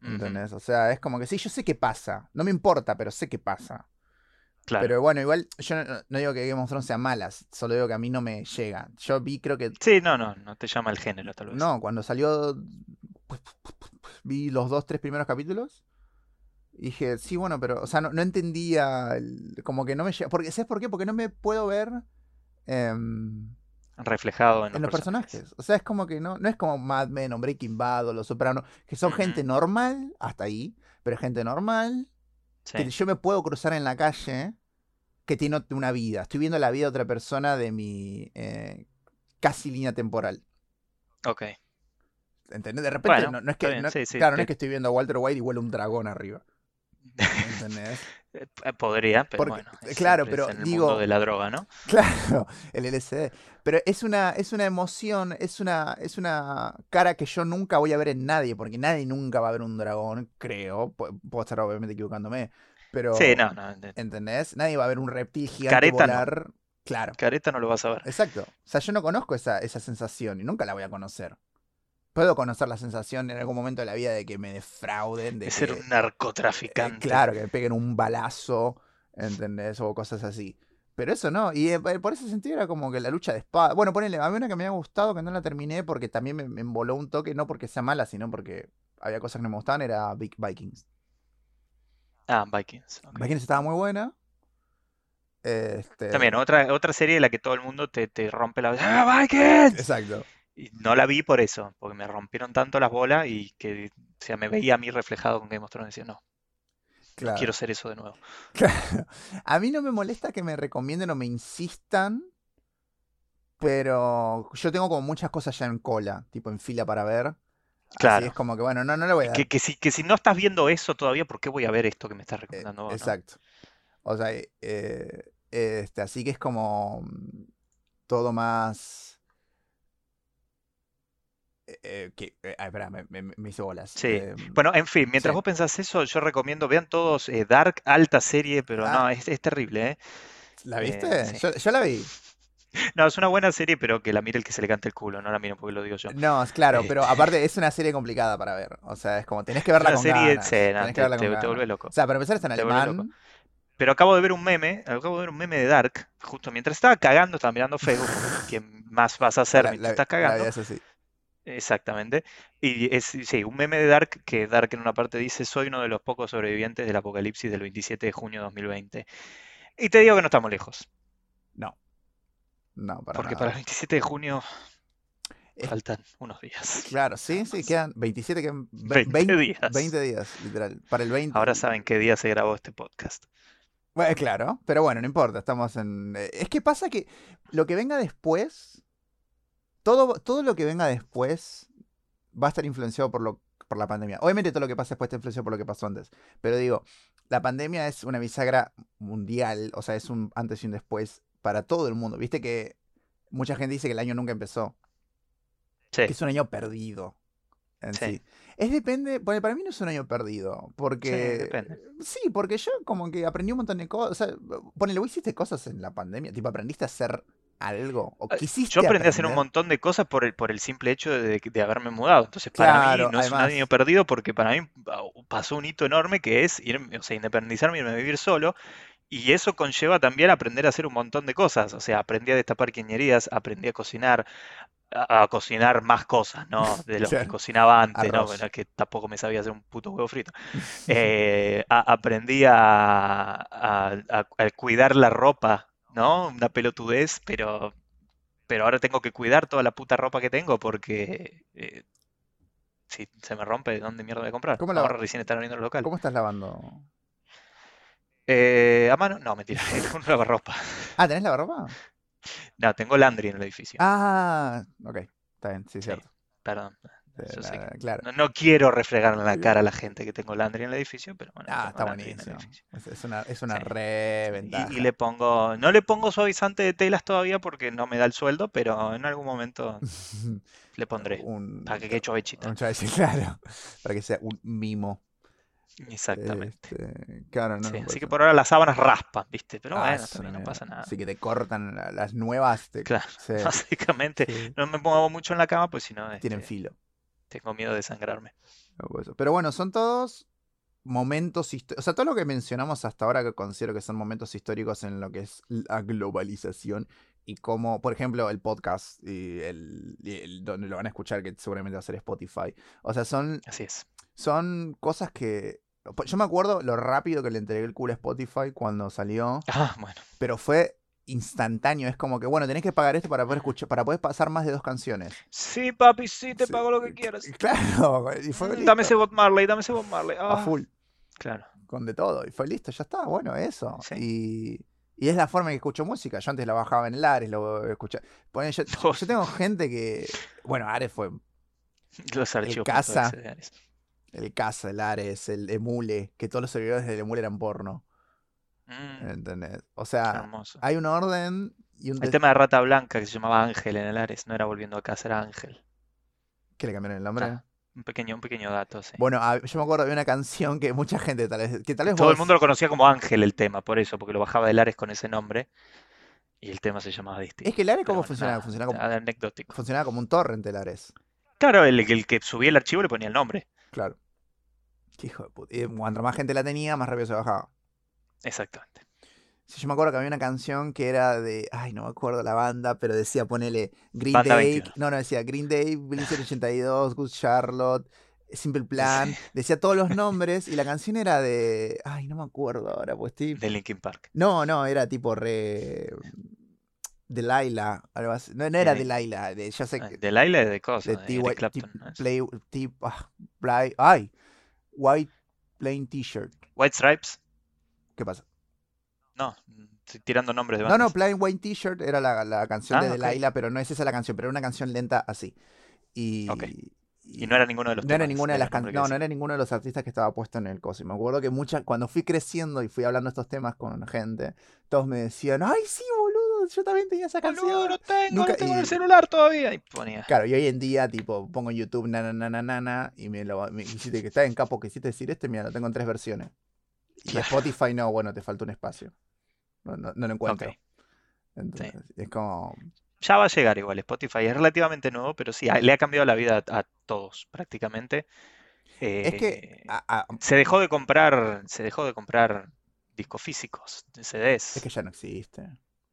Speaker 1: Ujú,
Speaker 2: ¿Entendés? O sea, es como que sí, yo sé qué pasa. No me importa, pero sé qué pasa.
Speaker 1: claro.
Speaker 2: Pero bueno, igual yo no, no digo que Game of Thrones sea malas, solo digo que a mí no me llega. Yo vi, creo que.
Speaker 1: Sí, no, no, no te llama el género tal vez.
Speaker 2: No, cuando salió. pues, Vi los dos, tres primeros capítulos. y Dije, sí, bueno, pero. O sea, no, no entendía. el- como que no me llega. Porque, ¿Sabes por qué? Porque no me puedo ver. em,
Speaker 1: Reflejado en los,
Speaker 2: en los personajes. O sea, es como que no, no es como Mad Men o Breaking Bad o Los Sopranos, que son
Speaker 1: Ujú.
Speaker 2: gente normal, hasta ahí, pero gente normal, que
Speaker 1: Sí,
Speaker 2: yo me puedo cruzar en la calle, que tiene ot- una vida. Estoy viendo la vida de otra persona de mi eh, casi línea temporal.
Speaker 1: ok. Eh,
Speaker 2: ¿Entendés? De repente,
Speaker 1: Bueno,
Speaker 2: no, no es
Speaker 1: está
Speaker 2: que,
Speaker 1: bien,
Speaker 2: no-
Speaker 1: sí, sí,
Speaker 2: claro, no
Speaker 1: te-
Speaker 2: es que estoy viendo a Walter White y huele un dragón arriba. ¿Entendés?
Speaker 1: Eh, p- Podría, pero
Speaker 2: Porque-
Speaker 1: bueno, es-
Speaker 2: claro,
Speaker 1: siempre es
Speaker 2: pero
Speaker 1: en el
Speaker 2: digo-
Speaker 1: mundo de la droga, ¿no?
Speaker 2: Claro, el LCD. Pero es una, es una emoción, es una, es una cara que yo nunca voy a ver en nadie, porque nadie nunca va a ver un dragón, creo. Pu- Puedo estar obviamente equivocándome, pero
Speaker 1: Sí, no, no. de-
Speaker 2: ¿entendés? Nadie va a ver un reptil gigante
Speaker 1: Careta no.
Speaker 2: volar. Claro,
Speaker 1: Careta no lo vas a ver.
Speaker 2: exacto. O sea, yo no conozco esa, esa sensación y nunca la voy a conocer. Puedo conocer la sensación en algún momento de la vida de que me defrauden, de
Speaker 1: De ser un
Speaker 2: que- eh,
Speaker 1: narcotraficante.
Speaker 2: claro, que me peguen un balazo, ¿entendés? O cosas así. Pero eso no, y eh, por ese sentido era como que la lucha de espada. Bueno, ponele, a mí una que me había gustado, que no la terminé porque también me, me emboló un toque, no porque sea mala, sino porque había cosas que no me gustaban, era Big Vikings.
Speaker 1: Ah, Vikings. ok.
Speaker 2: Vikings estaba muy buena. Este,
Speaker 1: También, otra, otra serie de la que todo el mundo te, te rompe la... ¡Ah, Vikings!
Speaker 2: Exacto.
Speaker 1: Y no la vi por eso, porque me rompieron tanto las bolas y que, o sea, me veía a mí reflejado con Game of Thrones y decía, no, no
Speaker 2: Claro.
Speaker 1: quiero ser eso de nuevo.
Speaker 2: Claro. A mí no me molesta que me recomienden o me insistan, pero yo tengo como muchas cosas ya en cola, tipo en fila para ver. Así
Speaker 1: Claro.
Speaker 2: es como que, bueno, no, no le voy a dar.
Speaker 1: Que, que si, que si no estás viendo eso todavía, ¿por qué voy a ver esto que me estás
Speaker 2: Eh,
Speaker 1: recomendando vos, no?
Speaker 2: exacto. O sea, eh, eh, este, así que es como mm, todo más. eh, eh, que, eh, ay, espera, me, me- me hice bolas.
Speaker 1: Sí.
Speaker 2: Em,
Speaker 1: Bueno, en fin, mientras
Speaker 2: sí.
Speaker 1: vos pensás eso, yo recomiendo, vean todos eh, Dark, alta serie, pero
Speaker 2: Ah,
Speaker 1: no, es, es terrible, ¿eh?
Speaker 2: ¿la
Speaker 1: Eh,
Speaker 2: viste?
Speaker 1: sí.
Speaker 2: Yo, yo la vi.
Speaker 1: No, es una buena serie, pero que la mire el que se le cante el culo, no la miren porque lo digo yo.
Speaker 2: No, es claro, pero
Speaker 1: Este,
Speaker 2: aparte es una serie complicada para ver. O sea, es como tenés que
Speaker 1: es
Speaker 2: verla
Speaker 1: una
Speaker 2: con
Speaker 1: serie,
Speaker 2: ganas.
Speaker 1: sí, no,
Speaker 2: Tenés que
Speaker 1: te,
Speaker 2: verla
Speaker 1: te,
Speaker 2: con
Speaker 1: te
Speaker 2: ganas.
Speaker 1: vuelve loco,
Speaker 2: O sea, para empezar está en
Speaker 1: te vuelve loco.
Speaker 2: alemán.
Speaker 1: Pero acabo de ver un meme, acabo de ver un meme de Dark, justo mientras estaba cagando, estaba mirando Facebook, porque ¿qué más vas a hacer
Speaker 2: La,
Speaker 1: mientras
Speaker 2: la,
Speaker 1: estás
Speaker 2: la
Speaker 1: cagando?
Speaker 2: vida es así.
Speaker 1: Exactamente. Y es, sí, un meme de Dark que Dark en una parte dice, soy uno de los pocos sobrevivientes del apocalipsis del 27 de junio de 2020. Y te digo que no estamos lejos,
Speaker 2: No, no, para
Speaker 1: porque para el
Speaker 2: nada.
Speaker 1: 27 de junio
Speaker 2: Es
Speaker 1: faltan unos días,
Speaker 2: Claro, sí,
Speaker 1: nada
Speaker 2: sí,
Speaker 1: más.
Speaker 2: quedan 27, quedan
Speaker 1: 20
Speaker 2: 20,
Speaker 1: días.
Speaker 2: días, literal. Para el 20.
Speaker 1: Ahora saben qué día se grabó este podcast.
Speaker 2: Bueno, claro, pero bueno, no importa, estamos en... eh, Es que pasa que lo que venga después, todo, todo lo que venga después va a estar influenciado por, lo, por la pandemia. Obviamente todo lo que pasa después está influenciado por lo que pasó antes, pero digo, la pandemia es una bisagra mundial, o sea, es un antes y un después para todo el mundo. Viste que mucha gente dice que el año nunca empezó,
Speaker 1: Sí,
Speaker 2: que es un año perdido. en
Speaker 1: sí,
Speaker 2: sí. Es depende, bueno, para mí no es un año perdido,
Speaker 1: sí,
Speaker 2: porque
Speaker 1: depende.
Speaker 2: sí, porque yo como que aprendí un montón de cosas, o sea, ponele, vos hiciste cosas en la pandemia, tipo aprendiste a hacer algo o
Speaker 1: Eh, Yo
Speaker 2: quisiste
Speaker 1: aprendí a hacer un
Speaker 2: aprender.
Speaker 1: montón de cosas por el, por el simple hecho de, de haberme mudado. Entonces, para mí
Speaker 2: Claro,
Speaker 1: no es un año
Speaker 2: además,
Speaker 1: perdido porque para mí ah, pasó un hito enorme que es irme, o sea, independizarme, irme a vivir solo. Y eso conlleva también aprender a hacer un montón de cosas. O sea, aprendí a destapar quiñerías, aprendí a cocinar, a, a cocinar más cosas, ¿no? De los que
Speaker 2: Claro.
Speaker 1: cocinaba antes, ¿no?
Speaker 2: Arroz.
Speaker 1: Bueno, es que tampoco me sabía hacer un puto huevo frito. Eh, a- aprendí a, a- a- a cuidar la ropa, ¿no? Una pelotudez, pero, pero ahora tengo que cuidar toda la puta ropa que tengo porque eh, si se me rompe, ¿de dónde mierda voy a comprar?
Speaker 2: ¿Cómo la-
Speaker 1: Ahora recién están abriendo el local.
Speaker 2: ¿Cómo estás lavando?
Speaker 1: Eh, ¿a mano? No, mentira, con un lavarropa.
Speaker 2: Ah, ¿tenés lavarropa?
Speaker 1: No, tengo Landry en el edificio,
Speaker 2: Ah, ok, está bien, sí,
Speaker 1: Sí,
Speaker 2: cierto.
Speaker 1: perdón.
Speaker 2: Eh,
Speaker 1: yo sé
Speaker 2: la- claro.
Speaker 1: No, no quiero refregarle en la cara a la gente que tengo Landry en el edificio, pero bueno,
Speaker 2: Ah,
Speaker 1: tengo
Speaker 2: está
Speaker 1: Landry en el
Speaker 2: buenísimo.
Speaker 1: edificio.
Speaker 2: Es, es una, es una
Speaker 1: Sí.
Speaker 2: re ventaja.
Speaker 1: Y, y le pongo, no le pongo suavizante de telas todavía porque no me da el sueldo, pero en algún momento le pondré
Speaker 2: un,
Speaker 1: para que quede chovechita.
Speaker 2: un chai- claro, para que sea un mimo.
Speaker 1: Exactamente.
Speaker 2: Este, claro, no.
Speaker 1: Sí,
Speaker 2: por
Speaker 1: así que
Speaker 2: eso.
Speaker 1: por ahora las sábanas raspan, ¿viste? Pero
Speaker 2: Ah,
Speaker 1: bueno,
Speaker 2: es
Speaker 1: también
Speaker 2: una
Speaker 1: no pasa
Speaker 2: mierda.
Speaker 1: nada.
Speaker 2: Sí, que te cortan la- las nuevas. Te,
Speaker 1: Claro,
Speaker 2: sí,
Speaker 1: básicamente
Speaker 2: sí,
Speaker 1: no me muevo mucho en la cama, pues si no,
Speaker 2: tienen
Speaker 1: este,
Speaker 2: filo.
Speaker 1: tengo miedo de sangrarme.
Speaker 2: No, por eso. Pero bueno, son todos momentos históricos. O sea, todo lo que mencionamos hasta ahora que considero que son momentos históricos en lo que es la globalización y cómo, por ejemplo, el podcast y el, y el- donde lo van a escuchar, que seguramente va a ser Spotify. O sea, son,
Speaker 1: Así es.
Speaker 2: son cosas que. pues, Yo me acuerdo lo rápido que le entregué el culo a Spotify cuando salió
Speaker 1: Ah, bueno,
Speaker 2: pero fue instantáneo. Es como que, bueno, tenés que pagar esto para poder escuchar, para poder pasar más de dos canciones.
Speaker 1: sí, papi, sí, te
Speaker 2: Sí,
Speaker 1: pago lo que
Speaker 2: c-
Speaker 1: quieras.
Speaker 2: Claro, y fue
Speaker 1: Mm,
Speaker 2: listo,
Speaker 1: Dame ese Bob Marley, dame ese Bob Marley.
Speaker 2: a
Speaker 1: Ah,
Speaker 2: full,
Speaker 1: claro,
Speaker 2: con de todo. Y fue listo, ya está, bueno, eso.
Speaker 1: sí.
Speaker 2: Y, y es la forma en que escucho música. Yo antes la bajaba en el Ares, lo escuchaba. Poné, yo, yo- yo tengo gente que, bueno, Ares fue
Speaker 1: Los archivos. punto
Speaker 2: casa.
Speaker 1: exe, Ares.
Speaker 2: el Casa, el Ares, el Emule, que todos los servidores del Emule eran porno.
Speaker 1: Mm,
Speaker 2: ¿Entendés? O sea,
Speaker 1: hermoso.
Speaker 2: hay un orden y un...
Speaker 1: El
Speaker 2: des-
Speaker 1: tema de Rata Blanca que se llamaba Ángel en el Ares, no era volviendo a casa, era Ángel.
Speaker 2: ¿Que le cambiaron el nombre?
Speaker 1: Ah, un pequeño, un pequeño dato, sí.
Speaker 2: Bueno, a- yo me acuerdo de una canción que mucha gente tal vez, que tal vez
Speaker 1: Todo el
Speaker 2: vos-
Speaker 1: mundo lo conocía como Ángel el tema, por eso, porque lo bajaba del Ares con ese nombre y el tema se llamaba distinto.
Speaker 2: Es que el Ares
Speaker 1: Pero
Speaker 2: cómo
Speaker 1: bueno,
Speaker 2: funcionaba,
Speaker 1: nada,
Speaker 2: funcionaba como,
Speaker 1: nada anecdótico.
Speaker 2: funcionaba como un torrent el Ares.
Speaker 1: Claro, el, el que subía el archivo le ponía el nombre.
Speaker 2: Claro. Qué hijo de puta. Y cuanto más gente la tenía, más rápido se bajaba.
Speaker 1: Exactamente.
Speaker 2: Sí, yo me acuerdo que había una canción que era de, ay, no me acuerdo la banda, pero decía, ponele Green
Speaker 1: Banda
Speaker 2: Day,
Speaker 1: 21.
Speaker 2: no, no, decía Green Day, Blizzard 82, Good Charlotte, Simple Plan, decía todos los nombres y la canción era de, ay, no me acuerdo ahora, pues estoy
Speaker 1: De Linkin Park.
Speaker 2: No, no, era tipo re. Delilah, algo así. No, no era
Speaker 1: Deli-
Speaker 2: Delilah, de, ya sé
Speaker 1: Ah,
Speaker 2: que.
Speaker 1: De Laila y de
Speaker 2: De
Speaker 1: cosas, de Eric
Speaker 2: T-White.
Speaker 1: Clapton. ¿no?
Speaker 2: Play, T- ah, Play- ay, White Plain T-shirt.
Speaker 1: White Stripes.
Speaker 2: ¿Qué pasa?
Speaker 1: No, estoy tirando nombres de
Speaker 2: No, no,
Speaker 1: bandas.
Speaker 2: Plain White T-shirt era la, la canción
Speaker 1: Ah,
Speaker 2: de
Speaker 1: ok.
Speaker 2: Delilah, pero no es esa la canción, pero era una canción lenta así. Y.
Speaker 1: Ok.
Speaker 2: y-
Speaker 1: Y no era ninguno de los
Speaker 2: no era
Speaker 1: temas
Speaker 2: ninguna de
Speaker 1: de
Speaker 2: las
Speaker 1: los nombres que
Speaker 2: can- no, no
Speaker 1: decía.
Speaker 2: era ninguno de los artistas que estaba puesto en el coso. Y me acuerdo que muchas, cuando fui creciendo y fui hablando estos temas con gente, todos me decían, ay, sí, boludo, yo también tenía esa canción.
Speaker 1: Boludo, no tengo,
Speaker 2: Nunca-
Speaker 1: no tengo en el
Speaker 2: y-
Speaker 1: celular todavía. Y ponía.
Speaker 2: Claro, y hoy en día, tipo, pongo en YouTube na na na na na, na, y me lo me hiciste que está en capo, que hiciste decir este, mira, lo tengo en tres versiones. Y
Speaker 1: Claro.
Speaker 2: Spotify no, bueno, te falta un espacio. No, no- no lo encuentro.
Speaker 1: Ok.
Speaker 2: Entonces, Es como.
Speaker 1: Ya va a llegar igual Spotify, es relativamente nuevo, pero sí, a- le ha cambiado la vida a, a todos prácticamente.
Speaker 2: Es que.
Speaker 1: Eh,
Speaker 2: a- a-
Speaker 1: se dejó de comprar, se dejó de comprar discos físicos, de CDs.
Speaker 2: es que ya no existe.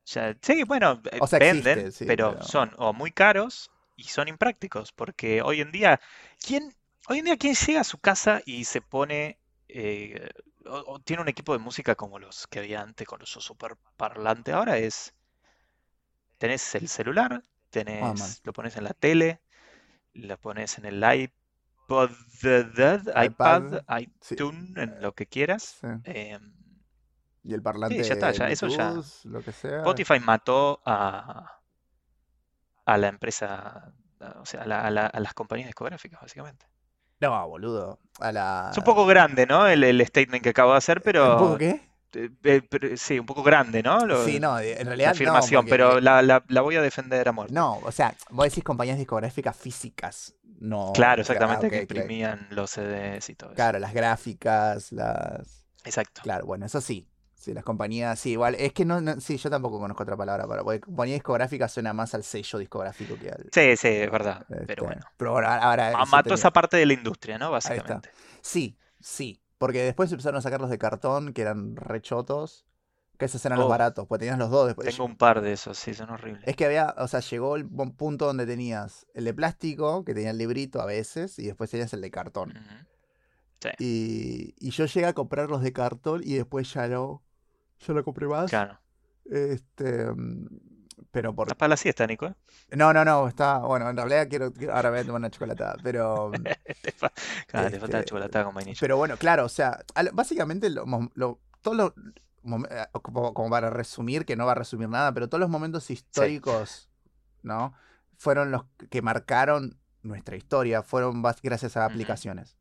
Speaker 1: Ya- sí, bueno, eh,
Speaker 2: O sea, existe,
Speaker 1: venden,
Speaker 2: sí,
Speaker 1: pero
Speaker 2: pero-
Speaker 1: son o muy caros y son imprácticos, porque hoy en día, ¿quién, hoy en día quién llega a su casa y se pone eh, o, o tiene un equipo de música como los que había antes con esos super parlantes? Ahora es, tenés el celular,
Speaker 2: Ah,
Speaker 1: tenés,
Speaker 2: man.
Speaker 1: lo pones en la tele, lo pones en el iPod, iPad,
Speaker 2: iPad, sí.
Speaker 1: iTunes, en lo que quieras.
Speaker 2: sí.
Speaker 1: em,
Speaker 2: Y el parlante
Speaker 1: ya está, ya, eso ya.
Speaker 2: Bluetooth, lo que sea.
Speaker 1: Spotify mató a, a la empresa, a- o sea, a, la- a la- a las compañías discográficas, básicamente.
Speaker 2: No, boludo. A la.
Speaker 1: Es un poco grande, ¿no? El, el statement que acabo de hacer,
Speaker 2: Ah. ¿Un
Speaker 1: pero,
Speaker 2: poco qué?
Speaker 1: eh, eh, pero sí, un poco grande, ¿no? Lo-
Speaker 2: Sí, no, en realidad.
Speaker 1: la
Speaker 2: no,
Speaker 1: afirmación,
Speaker 2: porque-
Speaker 1: pero la, la- la voy a defender a muerte.
Speaker 2: No, o sea, vos decís compañías discográficas físicas. No.
Speaker 1: Claro,
Speaker 2: o sea, ah,
Speaker 1: exactamente, que
Speaker 2: ok, claro.
Speaker 1: imprimían los CDs y todo eso.
Speaker 2: Claro, las gráficas, las.
Speaker 1: Exacto.
Speaker 2: Claro, bueno, eso sí. Sí, las compañías, sí, igual. Es que no, no- sí, yo tampoco conozco otra palabra para. Porque compañía discográfica suena más al sello discográfico que al.
Speaker 1: Sí, sí, es verdad, pero
Speaker 2: este,
Speaker 1: bueno.
Speaker 2: Pero bueno, ahora- ahora.
Speaker 1: Ma-
Speaker 2: se
Speaker 1: Mató
Speaker 2: terminó.
Speaker 1: esa parte de la industria, ¿no?
Speaker 2: está.
Speaker 1: Básicamente.
Speaker 2: Sí, sí. Porque después empezaron a sacarlos de cartón, que eran rechotos. Que esos eran los
Speaker 1: Oh,
Speaker 2: baratos, pues tenías los dos después.
Speaker 1: tengo un par de esos, sí, son horribles.
Speaker 2: Es que había, o sea, llegó el buen punto donde tenías el de plástico, que tenía el librito a veces, y después tenías el de cartón.
Speaker 1: Ujú. Sí,
Speaker 2: Y, y yo llegué a comprar los de cartón y después ya lo, ya lo compré más.
Speaker 1: claro.
Speaker 2: Este, mm, pero por...
Speaker 1: Tapa la siesta, Nico. ¿eh?
Speaker 2: No, no, no, está... Bueno, en realidad quiero, quiero- ahora voy a tomar una chocolatada, pero... mm,
Speaker 1: Te fa- claro, te falta la
Speaker 2: Este,
Speaker 1: chocolatada con vainilla.
Speaker 2: Pero bueno, claro, o sea, al- básicamente lo, mom- lo- todos los mom- eh, como, como para resumir, que no va a resumir nada, pero todos los momentos históricos, ¿no? Fueron los que marcaron nuestra historia, fueron bas- gracias a
Speaker 1: Ujú.
Speaker 2: aplicaciones.